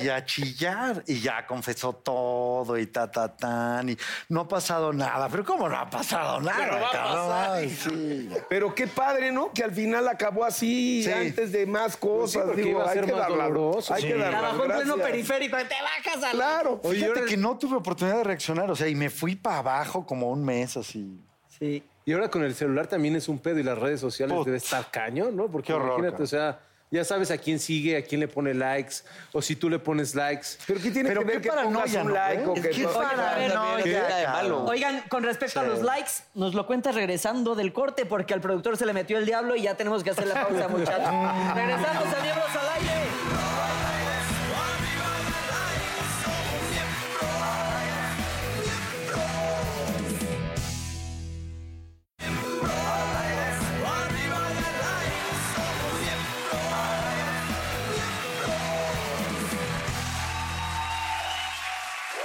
Speaker 8: y a chillar. Y ya confesó todo y ta, ta, tan. Y no ha pasado nada. Pero ¿cómo no ha pasado nada, cabrón? Ay, sí.
Speaker 9: Pero qué padre, ¿no? Que al final acabó así,
Speaker 8: Sí.
Speaker 9: antes de más cosas.
Speaker 10: Pues porque
Speaker 9: Digo,
Speaker 10: iba a
Speaker 9: hay
Speaker 10: ser
Speaker 9: que
Speaker 10: más
Speaker 9: dar
Speaker 10: doloroso.
Speaker 9: Hay
Speaker 10: Sí.
Speaker 9: que dar las
Speaker 5: Trabajó en pleno
Speaker 9: gracias.
Speaker 5: periférico. ¡Te bajas a la...
Speaker 9: Claro.
Speaker 8: Fíjate que no tuve oportunidad de reaccionar. O sea, y me fui para abajo como un mes así.
Speaker 5: Sí.
Speaker 10: Y ahora con el celular también es un pedo y las redes sociales
Speaker 8: Put.
Speaker 10: debe estar cañón, ¿no? Porque
Speaker 8: Qué horror,
Speaker 10: imagínate,
Speaker 8: cabrón.
Speaker 10: o sea, ya sabes a quién sigue, a quién le pone likes, o si tú le pones likes.
Speaker 9: Pero ¿qué tiene
Speaker 8: Pero
Speaker 9: que ver
Speaker 8: qué
Speaker 9: que pongas
Speaker 8: paranoia,
Speaker 9: un
Speaker 8: ¿no,
Speaker 9: like
Speaker 8: güey?
Speaker 9: o
Speaker 8: Es
Speaker 9: que
Speaker 8: que
Speaker 9: no?
Speaker 8: paranoia,
Speaker 4: ¿Qué era de malo?
Speaker 5: Oigan, con respecto a los likes, nos lo cuentas regresando del corte porque al productor se le metió el diablo y ya tenemos que hacer la pausa, muchachos. Regresamos a Miembros al Aire.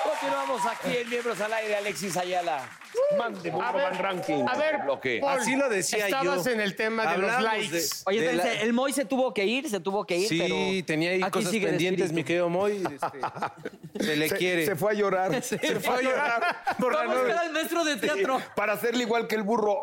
Speaker 4: Continuamos aquí en Miembros al Aire, Alexis Ayala.
Speaker 9: Uh.
Speaker 4: Mande,
Speaker 3: A ver, a ver, Paul,
Speaker 4: Así lo decía yo.
Speaker 3: estabas en el tema de los likes.
Speaker 5: Oye,
Speaker 1: de
Speaker 5: espérense,
Speaker 1: la-
Speaker 5: el Moy se tuvo que ir, se tuvo que ir,
Speaker 1: Sí,
Speaker 5: pero...
Speaker 1: tenía ahí
Speaker 5: aquí
Speaker 1: cosas
Speaker 5: sigue el
Speaker 1: pendientes,
Speaker 5: espíritu.
Speaker 1: mi querido Moy. este, se le quiere.
Speaker 9: Se fue a llorar.
Speaker 1: Se
Speaker 9: se
Speaker 1: fue a llorar.
Speaker 9: Por la
Speaker 1: Vamos a
Speaker 9: noche.
Speaker 1: ver al maestro de
Speaker 9: Sí, Oh.
Speaker 1: teatro.
Speaker 9: para hacerle igual que el burro.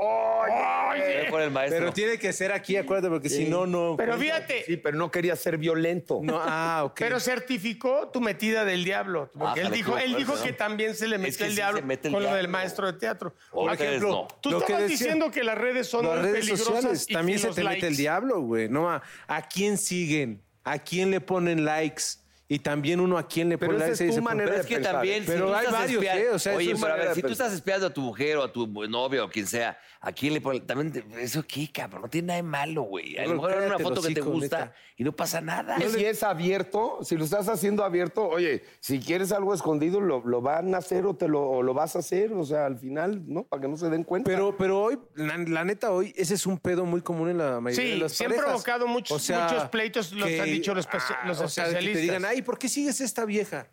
Speaker 9: ¡Ay!
Speaker 1: Ve por el maestro.
Speaker 2: Pero tiene que ser aquí, acuérdate, porque si
Speaker 9: Sí.
Speaker 2: no, no.
Speaker 3: Pero fíjate.
Speaker 9: Sí, pero no quería ser violento.
Speaker 2: No, ah, ok.
Speaker 3: Pero certificó tu metida del diablo. Porque
Speaker 9: Ah,
Speaker 3: él
Speaker 9: pero
Speaker 3: dijo,
Speaker 9: qué
Speaker 3: él dijo
Speaker 9: fuerte,
Speaker 3: que
Speaker 9: ¿no?
Speaker 3: también se le metió
Speaker 9: que
Speaker 3: el
Speaker 9: sí
Speaker 3: diablo
Speaker 9: se mete el
Speaker 3: con lo del
Speaker 9: diablo.
Speaker 3: maestro de teatro.
Speaker 9: O
Speaker 3: Por
Speaker 9: ustedes
Speaker 3: ejemplo,
Speaker 9: no.
Speaker 3: tú
Speaker 2: Lo que
Speaker 3: estabas
Speaker 2: decía-
Speaker 3: diciendo que las redes son
Speaker 2: las
Speaker 3: muy
Speaker 2: redes
Speaker 3: peligrosas
Speaker 2: sociales
Speaker 3: y
Speaker 2: también
Speaker 3: que
Speaker 2: se
Speaker 3: los
Speaker 2: te
Speaker 3: likes.
Speaker 2: mete el diablo, güey. No, ma- ¿a quién siguen? ¿A quién le ponen likes? Y también uno a quién le
Speaker 9: Pero
Speaker 2: pone
Speaker 9: esa
Speaker 2: likes.
Speaker 9: es
Speaker 2: y
Speaker 9: tu
Speaker 2: dice, pues,
Speaker 9: manera
Speaker 2: pero
Speaker 9: de
Speaker 2: es que
Speaker 9: pensar.
Speaker 2: también, si
Speaker 4: Pero
Speaker 2: tú
Speaker 4: hay
Speaker 2: estás
Speaker 4: varios,
Speaker 2: espiando-
Speaker 4: ¿eh? O sea,
Speaker 2: es
Speaker 4: Oye,
Speaker 2: una
Speaker 4: pero a ver,
Speaker 2: manera
Speaker 4: si
Speaker 2: de
Speaker 4: tú
Speaker 2: pensar.
Speaker 4: estás espiando a tu mujer o a tu novia o quien sea, ¿a quién le pones? También, te- ¿eso qué, cabrón? No tiene nada de malo, güey. A lo
Speaker 9: Pero
Speaker 4: mejor era una
Speaker 9: cállate el
Speaker 4: foto que te
Speaker 9: hocico,
Speaker 4: gusta
Speaker 9: neta.
Speaker 4: y no pasa nada.
Speaker 9: Y si es abierto, si lo estás haciendo abierto, oye, si quieres algo escondido, lo, lo van a hacer o te lo, o lo vas a hacer, o sea, al final, ¿no? Para que no se den cuenta.
Speaker 2: Pero, pero hoy, la, la neta, hoy ese es un pedo muy común en la mayoría
Speaker 3: Sí,
Speaker 2: de las
Speaker 3: se han
Speaker 2: parejas.
Speaker 3: provocado muchos- muchos pleitos, los han dicho los especia- los
Speaker 2: o sea, que te
Speaker 3: especialistas.
Speaker 2: digan, ay, ¿por qué sigues esta vieja?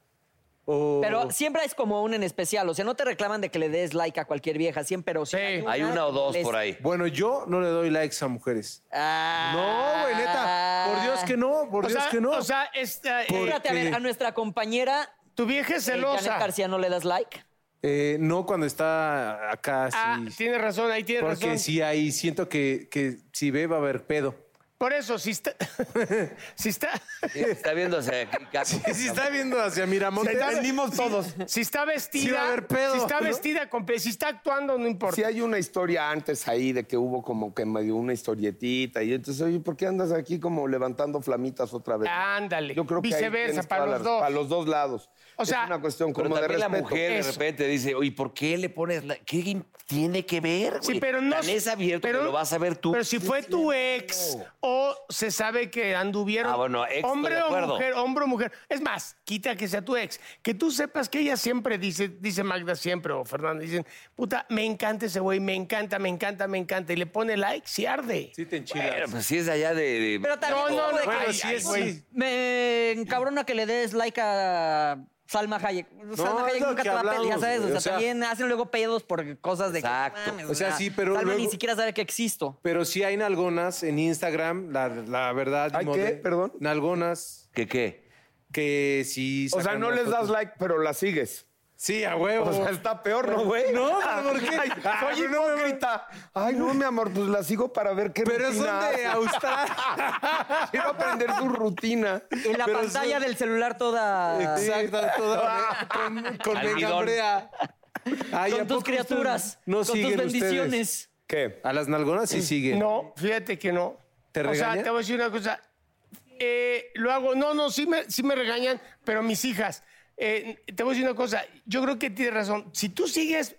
Speaker 2: O-
Speaker 5: Pero siempre es como un en especial, o sea, no te reclaman de que le des like a cualquier vieja, siempre, pero sí.
Speaker 4: Hay una o dos
Speaker 5: que
Speaker 4: por
Speaker 5: les-
Speaker 4: ahí.
Speaker 2: Bueno, yo no le doy likes a mujeres. No, güey, neta.
Speaker 5: Ah.
Speaker 2: Por Dios que no, por
Speaker 3: O
Speaker 2: Dios
Speaker 3: sea,
Speaker 2: que no.
Speaker 3: O sea, esta, eh,
Speaker 5: Espérate, a ver, a nuestra compañera...
Speaker 3: Tu vieja es
Speaker 5: eh, Janet
Speaker 3: celosa.
Speaker 5: García, ¿no le das like?
Speaker 2: Eh, no cuando está acá, sí.
Speaker 3: Ah, tienes razón, ahí tienes
Speaker 2: porque
Speaker 3: razón.
Speaker 2: sí, ahí siento que, que si ve va a haber pedo.
Speaker 3: Por eso, si está. si está.
Speaker 4: Está viendo hacia aquí, Caco.
Speaker 2: Si está viendo hacia Miramontes,
Speaker 3: si- Si está vestida.
Speaker 2: Sí va a haber pedo,
Speaker 3: si está
Speaker 2: ¿no?
Speaker 3: vestida, con pe- si está actuando, no importa.
Speaker 9: Si hay una historia antes ahí de que hubo como que medio una historietita y entonces, oye, ¿por qué andas aquí como levantando flamitas otra vez?
Speaker 3: Ándale.
Speaker 9: Yo creo que ahí
Speaker 3: Viceversa,
Speaker 9: tienes
Speaker 3: para
Speaker 9: toda
Speaker 3: los
Speaker 9: la-
Speaker 3: dos.
Speaker 9: Para los dos lados.
Speaker 3: O sea,
Speaker 9: es una cuestión
Speaker 4: Pero
Speaker 9: como de
Speaker 4: también
Speaker 9: respeto.
Speaker 4: la mujer de repente dice, oye, ¿por qué le pones la... ¿Qué tiene que ver, güey?
Speaker 3: Sí, pero no.
Speaker 4: Tan es abierto que lo vas a ver tú.
Speaker 3: Pero si fue tu ex o se sabe que anduvieron.
Speaker 4: Ah, bueno, ex, estoy
Speaker 3: hombre
Speaker 4: de
Speaker 3: o
Speaker 4: acuerdo.
Speaker 3: mujer, hombre o mujer. Es más, quita que sea tu ex. Que tú sepas que ella siempre dice, dice Magda siempre o Fernanda, dicen, puta, me encanta ese güey, me encanta, me encanta, me encanta. Y le pone like, si arde.
Speaker 2: sí te enchilas.
Speaker 4: Pero, pues, si es de allá de... de-
Speaker 5: Pero también
Speaker 3: No, no,
Speaker 5: como
Speaker 3: no,
Speaker 5: de
Speaker 3: bueno,
Speaker 5: que-
Speaker 3: sí
Speaker 5: ay,
Speaker 3: es-
Speaker 5: güey,
Speaker 3: sí.
Speaker 5: Me encabrona que le des like a Salma Hayek. Salma
Speaker 2: es
Speaker 5: Hayek
Speaker 2: lo
Speaker 5: nunca
Speaker 2: que
Speaker 5: te va a pelear,
Speaker 2: hablamos,
Speaker 5: ¿sabes? O
Speaker 2: güey,
Speaker 5: sea,
Speaker 2: o sea-
Speaker 5: también hacen luego pedos por cosas de... que,
Speaker 4: Exacto.
Speaker 5: mames,
Speaker 2: O sea, sí, pero
Speaker 5: Salma ni
Speaker 2: luego-
Speaker 5: siquiera sabe que existo.
Speaker 2: Pero sí hay nalgonas en Instagram, la, la verdad.
Speaker 9: ¿Hay
Speaker 2: ni modo.
Speaker 9: qué? Perdón.
Speaker 2: Nalgonas
Speaker 4: ¿Qué qué?
Speaker 2: que sí.
Speaker 9: O sea,
Speaker 2: sacan
Speaker 9: no
Speaker 2: una
Speaker 9: les das
Speaker 2: foto.
Speaker 9: like, pero la sigues.
Speaker 2: Sí, a huevo.
Speaker 9: O sea, está peor, ¿no, güey?
Speaker 2: No, pero ¿por qué?
Speaker 9: Ay,
Speaker 2: Ah,
Speaker 9: soy
Speaker 2: pero no me-
Speaker 9: hipócrita. Ay, no, mi amor, pues la sigo para ver qué
Speaker 2: Pero son
Speaker 9: rutina
Speaker 2: de
Speaker 9: hace.
Speaker 2: Australia.
Speaker 9: Quiero aprender su rutina.
Speaker 5: En la
Speaker 2: Pero
Speaker 5: pantalla
Speaker 2: sí.
Speaker 5: del celular toda...
Speaker 2: Exacto, toda con, con
Speaker 4: Almidón.
Speaker 2: megambrea. Ay, ¿a
Speaker 5: Con tus
Speaker 2: poco ustedes
Speaker 5: criaturas,
Speaker 2: no
Speaker 5: con tus
Speaker 2: siguen ustedes?
Speaker 5: bendiciones.
Speaker 9: ¿Qué?
Speaker 2: A las nalgonas sí siguen.
Speaker 3: No, fíjate que no.
Speaker 2: ¿Te
Speaker 3: O
Speaker 2: regañan?
Speaker 3: sea, te voy a decir una cosa. Eh, lo hago, no, no, sí me, sí me regañan, pero mis hijas. Eh, te voy a decir una cosa. Yo creo que tienes razón. Si tú sigues,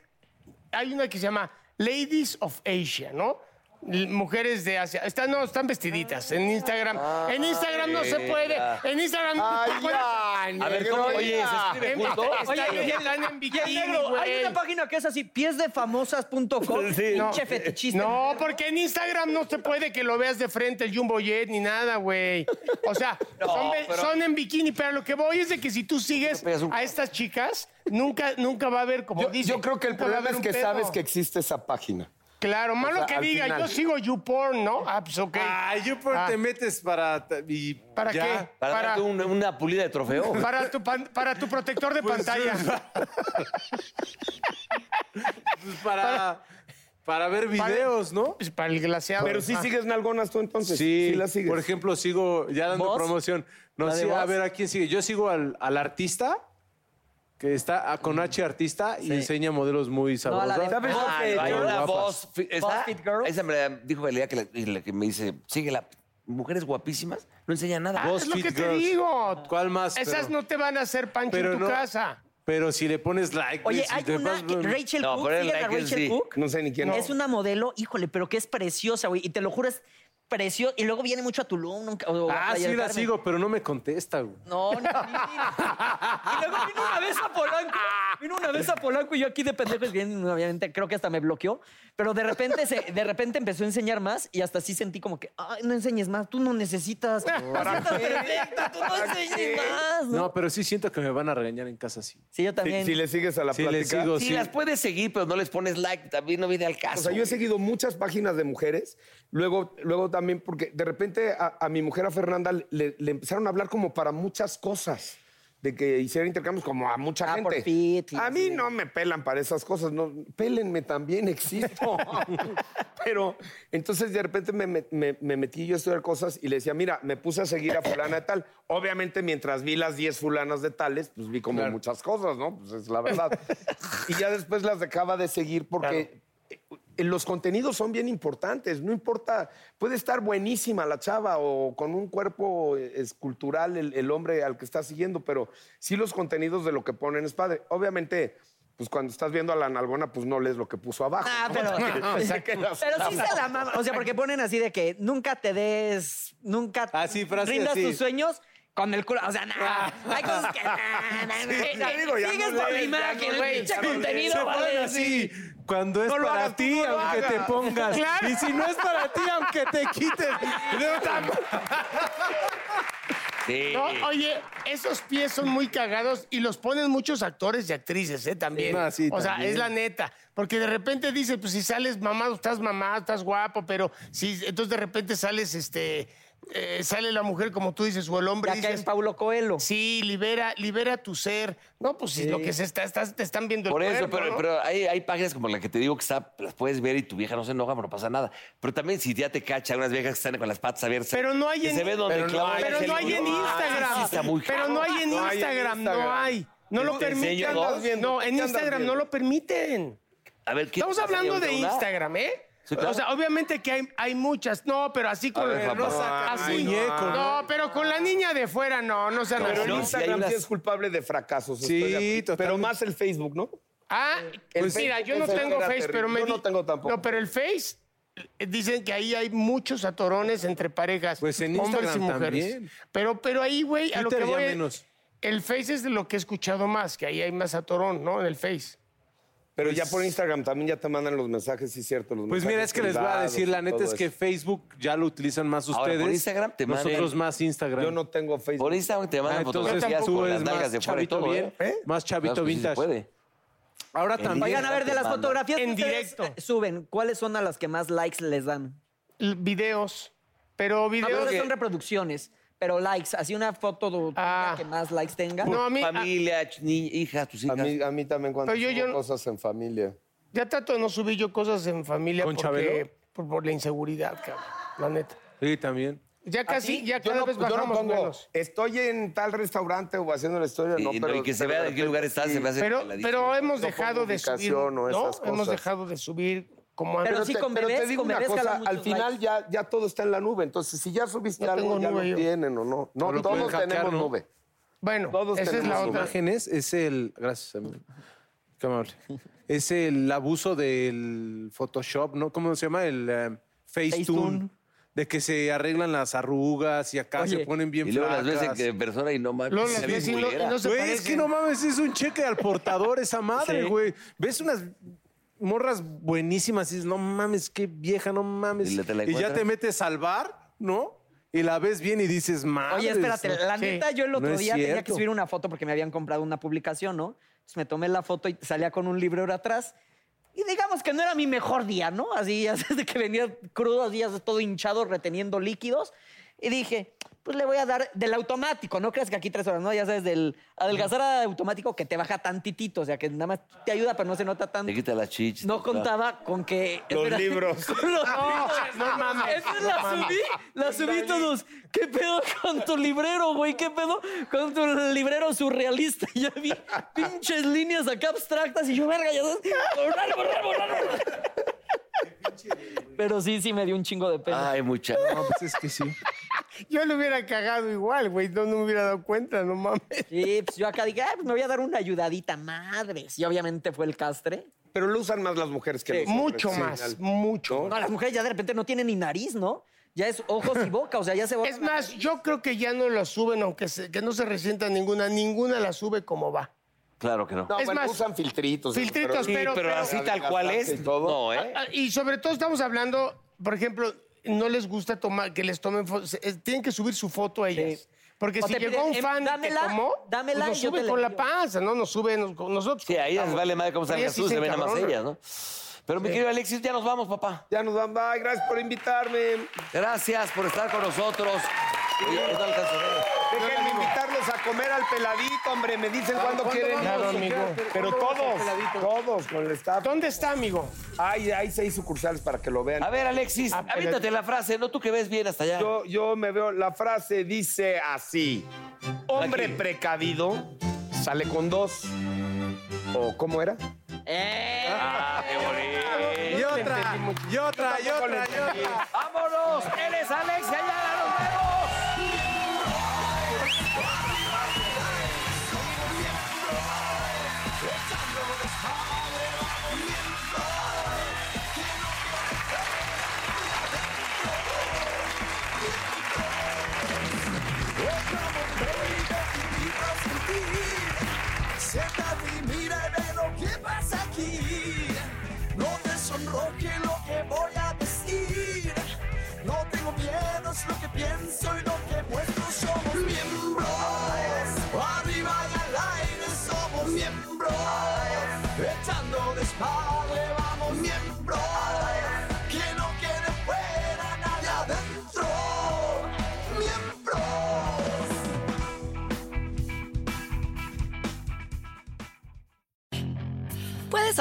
Speaker 3: hay una que se llama Ladies of Asia, ¿no? L- Mujeres de Asia. Están, no, están vestiditas en Instagram. en Instagram no se puede. En Instagram no
Speaker 9: Ay,
Speaker 3: se puede.
Speaker 9: ya, negro, ya.
Speaker 3: En- están,
Speaker 5: Oye, y el-
Speaker 3: están en
Speaker 5: Y el
Speaker 3: bikini,
Speaker 5: negro, hay
Speaker 3: güey.
Speaker 5: una página que es así, piesdefamosas.com,
Speaker 2: eh,
Speaker 5: pinche fetichista.
Speaker 3: No, porque en Instagram no se puede que lo veas de frente el Jumbo Jet ni nada, güey. O sea, son, ve- son en bikini, pero lo que voy es de que si tú sigues a estas chicas, nunca, nunca va a haber, como
Speaker 9: Yo,
Speaker 3: dice.
Speaker 9: yo creo que el
Speaker 3: nunca va a
Speaker 9: problema
Speaker 3: haber
Speaker 9: es
Speaker 3: un
Speaker 9: que
Speaker 3: pedo.
Speaker 9: sabes que existe esa página.
Speaker 3: Claro, malo
Speaker 9: sea,
Speaker 3: que
Speaker 9: al
Speaker 3: diga,
Speaker 9: final.
Speaker 3: yo sigo YouPorn, ¿no? Ah, pues ok.
Speaker 2: Ay, yo por
Speaker 3: Ah.
Speaker 2: te metes para... ta- y
Speaker 3: ¿Para
Speaker 2: ya.
Speaker 3: qué?
Speaker 4: Para,
Speaker 3: Para-
Speaker 4: darte una, una pulida de trofeo.
Speaker 9: pues.
Speaker 3: Para tu, pan- para tu protector de pantalla.
Speaker 2: Pues para, para... ver videos, ¿no?
Speaker 3: Pues Para el glaseado.
Speaker 9: Pero sí
Speaker 3: Ah.
Speaker 9: sigues nalgonas tú entonces.
Speaker 2: Sí,
Speaker 9: la sigues.
Speaker 2: por ejemplo, sigo ya dando
Speaker 5: ¿Vos?
Speaker 2: promoción. No
Speaker 5: ¿La de
Speaker 2: sé, a
Speaker 5: vos?
Speaker 2: ver, ¿a quién sigue? Yo sigo al, al artista, que está ah, con H artista y enseña modelos muy
Speaker 5: No, a la
Speaker 2: sabrosas.
Speaker 5: de- ¿Sabes
Speaker 4: Ah,
Speaker 5: lo que-
Speaker 4: no, hay
Speaker 5: Girl?
Speaker 4: una
Speaker 2: Guapas.
Speaker 4: voz. fi- Esa,
Speaker 5: Fit Girl.
Speaker 4: esa me la dijo Galilea que, la- y la que me dice, síguela. Mujeres guapísimas no enseñan nada.
Speaker 3: Ah,
Speaker 2: Vos
Speaker 3: es lo
Speaker 2: fit
Speaker 3: que te
Speaker 2: girls.
Speaker 3: digo.
Speaker 2: ¿Cuál más?
Speaker 3: Esas
Speaker 2: Pero-
Speaker 3: no te van a hacer pancho
Speaker 2: pero
Speaker 3: en tu
Speaker 2: no-
Speaker 3: casa.
Speaker 2: Pero si le pones like, güey,
Speaker 5: Oye,
Speaker 2: si
Speaker 5: hay
Speaker 2: te
Speaker 5: una,
Speaker 2: vas-
Speaker 5: que- Rachel
Speaker 4: No,
Speaker 5: Cook,
Speaker 4: pero el
Speaker 5: ¿siguen a
Speaker 4: like es
Speaker 5: Rachel
Speaker 4: sí.
Speaker 5: Cook?
Speaker 9: No sé ni quién
Speaker 5: Es una modelo, híjole, pero que es preciosa, güey. Y te lo juro, es precioso. Y luego viene mucho a Tulum. nunca- o- o a
Speaker 10: Ah,
Speaker 5: Playa
Speaker 10: sí
Speaker 5: del
Speaker 10: la
Speaker 5: Carmen.
Speaker 10: sigo, pero no me contesta, güey.
Speaker 5: No, ni- ni- ni- Y luego vino una vez a Polanco. Vino una vez a Polanco y yo aquí de pendejo escribiendo, obviamente, creo que hasta me bloqueó. Pero de repente, se, de repente empezó a enseñar más y hasta sí sentí como que, ay, no enseñes más, tú no necesitas. Tú estás perfecto, tú no enseñes más. ¿no?
Speaker 10: No, pero sí siento que me van a regañar en casa, sí.
Speaker 5: Sí, yo
Speaker 10: también.
Speaker 9: Si, si le sigues a la
Speaker 10: Sí, le
Speaker 9: plática.
Speaker 10: sigo, sí.
Speaker 4: las puedes seguir, pero no les pones like, también no viene al caso.
Speaker 9: O sea, yo he seguido muchas páginas de mujeres. Luego, luego también, porque de repente a, a mi mujer, a Fernanda, le, le empezaron a hablar como para muchas cosas. De que hiciera intercambios como a mucha gente. a mí no me pelan para esas cosas. No, pélenme también, existo. Pero entonces de repente me, me- me- me metí yo a estudiar cosas y le decía, mira, me puse a seguir a fulana de tal. Obviamente mientras vi las 10 fulanas de tales, pues vi como muchas cosas, ¿no? Pues es la verdad. y ya después las dejaba de seguir porque eh, los contenidos son bien importantes, no importa, puede estar buenísima la chava o con un cuerpo eh, escultural el, el hombre al que está siguiendo, pero sí los contenidos de lo que ponen es padre. Obviamente, pues cuando estás viendo a la nalgona, pues no lees lo que puso abajo.
Speaker 5: Ah,
Speaker 9: ¿no?
Speaker 5: pero,
Speaker 9: Porque te saque
Speaker 5: pero
Speaker 9: las-
Speaker 5: sí se la mama. O sea, porque ponen así de que nunca te des, nunca
Speaker 11: Ah,
Speaker 10: frase
Speaker 5: rindas
Speaker 10: así.
Speaker 5: tus sueños con el culo. O sea, nada. Hay cosas que. Nah, nah, nah,
Speaker 11: Sí,
Speaker 5: nah.
Speaker 11: te digo, ya
Speaker 5: Eh, Sigues
Speaker 11: no
Speaker 5: por la
Speaker 11: lees, ya
Speaker 5: imagen,
Speaker 11: no
Speaker 5: el
Speaker 11: lees,
Speaker 5: pinche
Speaker 11: ya no lees.
Speaker 5: contenido,
Speaker 11: Se
Speaker 5: vale.
Speaker 11: ponen
Speaker 5: así.
Speaker 10: Cuando es
Speaker 5: No lo
Speaker 10: para
Speaker 5: hagas, tú
Speaker 10: ti,
Speaker 5: no lo
Speaker 10: aunque te
Speaker 5: hagas.
Speaker 10: pongas.
Speaker 5: Claro.
Speaker 10: Y si no es para ti, aunque te quites.
Speaker 4: Sí.
Speaker 3: No, oye, esos pies son muy cagados y los ponen muchos actores y actrices, ¿eh? También.
Speaker 10: Ah, sí,
Speaker 3: o sea,
Speaker 10: también.
Speaker 3: es la neta. Porque de repente dices, pues si sales mamado, estás mamado, estás guapo, pero si, entonces de repente sales, este, eh, sale la mujer, como tú dices, o el hombre.
Speaker 5: Ya
Speaker 3: dices,
Speaker 5: cae en Paulo Coelho.
Speaker 3: Sí, libera, libera tu ser. No, pues si
Speaker 4: Sí.
Speaker 3: lo que se está, estás- te están viendo
Speaker 4: Por
Speaker 3: el
Speaker 4: eso,
Speaker 3: cuerpo,
Speaker 4: pero,
Speaker 3: ¿no?
Speaker 4: pero hay, hay páginas como la que te digo que está- las puedes ver y tu vieja no se enoja, pero no pasa nada. Pero también si ya te cacha unas viejas que están con las patas abiertas. Pero
Speaker 3: no hay en-
Speaker 4: se ve donde
Speaker 3: pero no
Speaker 4: clavan
Speaker 3: hay-
Speaker 4: el
Speaker 3: pero no hay en
Speaker 4: celular.
Speaker 3: Instagram.
Speaker 4: Sí, está muy
Speaker 3: Pero
Speaker 4: cabrón.
Speaker 3: no hay en
Speaker 4: No hay en
Speaker 3: Instagram, no
Speaker 4: Instagram.
Speaker 3: hay. No
Speaker 4: Te
Speaker 3: lo permiten.
Speaker 4: enseño dos.
Speaker 3: No, en
Speaker 4: ¿Qué andas
Speaker 3: Instagram no
Speaker 4: viendo?
Speaker 3: lo permiten.
Speaker 4: A ver, ¿qué
Speaker 3: Estamos
Speaker 4: pasa
Speaker 3: hablando
Speaker 4: ahí,
Speaker 3: de
Speaker 4: Aurora?
Speaker 3: Instagram, ¿eh?
Speaker 4: Sí, claro.
Speaker 3: O sea, obviamente que hay, hay muchas. No, pero así con
Speaker 4: ver, papá.
Speaker 3: Rosa,
Speaker 4: Ay,
Speaker 3: así.
Speaker 4: muñeco,
Speaker 3: No, pero con la niña de fuera, no, no sean
Speaker 9: Pero
Speaker 3: así.
Speaker 9: en Instagram sí es culpable de fracasos.
Speaker 3: Sí,
Speaker 9: estoy de acuerdo. Pero más el Facebook, ¿no?
Speaker 3: Ah,
Speaker 9: El
Speaker 3: pues mira,
Speaker 9: Face-
Speaker 3: yo no
Speaker 9: el Face
Speaker 3: tengo
Speaker 9: era
Speaker 3: Face,
Speaker 9: terrible.
Speaker 3: pero me
Speaker 9: Yo no
Speaker 3: di-
Speaker 9: tengo tampoco.
Speaker 3: No, pero el Face eh, dicen que ahí hay muchos atorones entre parejas,
Speaker 10: Pues en
Speaker 3: hombres
Speaker 10: Instagram
Speaker 3: y mujeres.
Speaker 10: también.
Speaker 3: Pero pero ahí, güey, a lo que
Speaker 10: Twitter ya
Speaker 3: voy es-
Speaker 10: menos.
Speaker 3: el Face es de lo que he escuchado más, que ahí hay más atorón, ¿no? En el Face.
Speaker 9: Pero ya por Instagram también ya te mandan los mensajes, sí, cierto. Los
Speaker 10: Pues mira,
Speaker 9: mensajes
Speaker 10: es que les voy a
Speaker 9: privados
Speaker 10: decir, la
Speaker 9: y
Speaker 10: neta
Speaker 9: todo
Speaker 10: es que
Speaker 9: eso.
Speaker 10: Facebook ya lo utilizan más
Speaker 9: Ahora, por
Speaker 10: ustedes.
Speaker 9: Instagram te mandan-
Speaker 10: Nosotros más Instagram.
Speaker 9: Yo no tengo Facebook.
Speaker 4: Por Instagram te mandan
Speaker 10: Ah, entonces
Speaker 4: fotografías
Speaker 10: tú
Speaker 4: con
Speaker 10: eres
Speaker 4: las nalgas
Speaker 10: más
Speaker 4: de fuera y
Speaker 10: chavito
Speaker 4: todo,
Speaker 10: bien,
Speaker 4: ¿eh?
Speaker 10: más chavito
Speaker 4: Claro, pues, sí se
Speaker 10: vintage.
Speaker 4: puede.
Speaker 10: Ahora
Speaker 4: En
Speaker 10: también.
Speaker 5: Oigan, a ver, de las fotografías
Speaker 3: En
Speaker 5: que ustedes suben, ¿cuáles son a las que más likes les dan?
Speaker 3: Videos. Pero videos-
Speaker 5: No, son reproducciones, pero likes. Así una foto do-
Speaker 11: Ah.
Speaker 5: que más likes tenga.
Speaker 4: familia, ch- ni- hijas, tus hijas.
Speaker 9: A mí, a mí también cuando
Speaker 3: Pero yo-
Speaker 9: subo
Speaker 3: yo-
Speaker 9: cosas en familia.
Speaker 3: Ya trato de no subir yo cosas en familia
Speaker 9: ¿Con Chabelo?
Speaker 3: porque por, por la inseguridad, cabrón, la neta.
Speaker 10: Sí, también.
Speaker 3: Ya casi, ya cada vez
Speaker 9: yo
Speaker 3: bajamos
Speaker 9: no pongo,
Speaker 3: menos.
Speaker 9: Estoy en tal restaurante o haciendo la historia,
Speaker 4: Y
Speaker 9: no,
Speaker 4: no,
Speaker 9: pero...
Speaker 4: y que se
Speaker 9: pero
Speaker 4: vea
Speaker 9: de
Speaker 4: en qué lugar
Speaker 9: repente
Speaker 4: estás, se me hace
Speaker 3: Pero,
Speaker 4: peladísimo.
Speaker 3: pero hemos
Speaker 9: No
Speaker 3: dejado
Speaker 9: pongo
Speaker 3: de subir,
Speaker 9: ubicación o
Speaker 3: ¿no?
Speaker 9: esas
Speaker 3: Hemos
Speaker 9: cosas.
Speaker 3: dejado de subir como antes.
Speaker 9: te- te digo una cosa, al final ya, ya todo está en la nube. Entonces, si ya subiste
Speaker 3: No
Speaker 9: algo,
Speaker 3: tengo
Speaker 9: ya
Speaker 3: nube
Speaker 9: lo
Speaker 3: yo.
Speaker 9: tienen o no.
Speaker 10: O
Speaker 9: No,
Speaker 10: lo pueden
Speaker 9: todos
Speaker 10: hackear,
Speaker 9: tenemos
Speaker 10: ¿no?
Speaker 9: nube.
Speaker 3: Bueno,
Speaker 9: Todos
Speaker 3: esa es
Speaker 9: tenemos
Speaker 3: la
Speaker 10: Las
Speaker 3: otra.
Speaker 10: imágenes es el. Gracias, amigo. Qué amable. Es el abuso del Photoshop, ¿no? ¿Cómo se llama? El eh, Facetune.
Speaker 4: Facetune.
Speaker 10: De que se arreglan las arrugas y acá se ponen bien
Speaker 4: Y luego las
Speaker 10: flacas.
Speaker 4: veces que en persona y no mames.
Speaker 10: Luego
Speaker 4: se
Speaker 10: las
Speaker 4: ve
Speaker 10: ves y no-
Speaker 4: culera.
Speaker 10: y no se Güey, es parecen. que no mames, es un cheque al portador esa madre,
Speaker 4: Sí.
Speaker 10: güey. Ves unas morras buenísimas y dices, no mames, qué vieja, no mames.
Speaker 4: Y le- te la
Speaker 10: Y ya
Speaker 4: encuentras.
Speaker 10: te metes al bar, ¿no? Y la ves bien y dices, madre.
Speaker 5: Oye, espérate, la neta, yo el otro día tenía que subir
Speaker 10: un...
Speaker 5: una foto porque me habían comprado una publicación, ¿no? Entonces me tomé la foto y salía con un librero atrás. Y digamos que no era mi mejor día, ¿no? Así, ya sabes, de que venía crudo, así, ya sabes, todo hinchado, reteniendo líquidos. Y dije, pues le voy a dar del automático, no creas que aquí tres horas, ¿no? Ya sabes, del adelgazar a automático que te baja tantitito, o sea, que nada más te ayuda, pero no se nota tanto.
Speaker 4: Te quita las chichis.
Speaker 5: No contaba con que.
Speaker 4: Los
Speaker 5: espera,
Speaker 4: libros.
Speaker 5: con los
Speaker 4: No,
Speaker 5: libros.
Speaker 4: no mames,
Speaker 5: Entonces
Speaker 4: no
Speaker 5: la
Speaker 4: mames.
Speaker 5: subí, la subí todos. ¿Qué pedo con tu librero, güey? ¿Qué pedo con tu librero surrealista? Ya vi pinches líneas acá abstractas y yo, verga, ya sabes. Borrar, borrar, borrar. borrar. Pero sí, sí me dio un chingo de pena.
Speaker 4: Ay, mucha.
Speaker 10: No, pues es que sí.
Speaker 3: Yo lo hubiera cagado igual, güey. No, no me hubiera dado cuenta, no mames.
Speaker 5: Sí, pues yo acá dije, ah, pues me voy a dar una ayudadita, madres. Y obviamente fue el castre.
Speaker 9: Pero lo usan más las mujeres que
Speaker 5: Sí.
Speaker 9: los hombres,
Speaker 5: Mucho
Speaker 9: sí,
Speaker 5: más,
Speaker 9: al-
Speaker 3: mucho.
Speaker 5: No, las mujeres ya de repente no tienen ni nariz, ¿no? ya es ojos y boca, o sea, ya se va.
Speaker 3: Es más, yo creo que ya no la suben, aunque se- que no se resienta ninguna, ninguna la sube como va.
Speaker 4: Claro que no.
Speaker 3: No, Es bueno, más, usan
Speaker 9: filtritos.
Speaker 3: Filtritos,
Speaker 4: Sí,
Speaker 3: pero, pero-
Speaker 4: así tal cual es. No, ¿eh?
Speaker 3: Ah, ah, Y sobre todo estamos hablando, por ejemplo, no les gusta tomar, que les tomen fotos. eh, Tienen que subir su foto a ellas. Porque
Speaker 5: O
Speaker 3: si
Speaker 5: te
Speaker 3: llegó
Speaker 5: piden,
Speaker 3: un
Speaker 5: em,
Speaker 3: fan
Speaker 5: dámela,
Speaker 3: que tomó,
Speaker 5: dámela
Speaker 3: pues nos
Speaker 5: y yo
Speaker 3: sube
Speaker 5: te la
Speaker 3: con la
Speaker 5: envío.
Speaker 3: panza, ¿no? Nos sube nos- nosotros.
Speaker 4: Sí, a ellas les vale madre cómo salgas tú, se ven a más ellas, ¿no? Pero mi
Speaker 3: Sí.
Speaker 4: querido Alexis, ya nos vamos, papá.
Speaker 9: Ya nos vamos, bye, gracias por invitarme.
Speaker 4: Gracias por estar con nosotros. Oye, no alcanzo a ver.
Speaker 9: Déjenme invitarlos a comer al peladito, hombre. Me dicen
Speaker 3: Claro,
Speaker 9: cuándo
Speaker 3: ¿cuándo
Speaker 9: quieren
Speaker 3: vamos? Claro, amigo.
Speaker 9: Pero
Speaker 3: ¿Cuándo vamos al
Speaker 9: todos,
Speaker 3: peladito?
Speaker 9: todos con el staff.
Speaker 3: ¿Dónde está, amigo?
Speaker 9: Hay, hay seis sucursales para que lo vean.
Speaker 4: A ver, Alexis,
Speaker 9: Ah, pero-
Speaker 4: aviéntate la frase, ¿no? Tú que ves bien hasta allá.
Speaker 9: Yo, yo me veo, la frase dice así: Hombre precavido sale con dos. ¿O cómo era?
Speaker 4: ¡Ah, qué bonito!
Speaker 9: Y otra, y otra, y otra, y otra.
Speaker 4: ¡Vámonos! ¡Él es Alex Ayala! ¡Nos vemos!
Speaker 1: Siéntate y mira y ve lo que pasa aquí. No te sonroje lo que voy a decir. No tengo miedo, es lo que pienso y lo que muestro. Somos miembros. Arriba y al aire somos miembros. Echando despacio vamos miembros. Que no quede fuera nadie adentro. Miembros.
Speaker 6: Puedes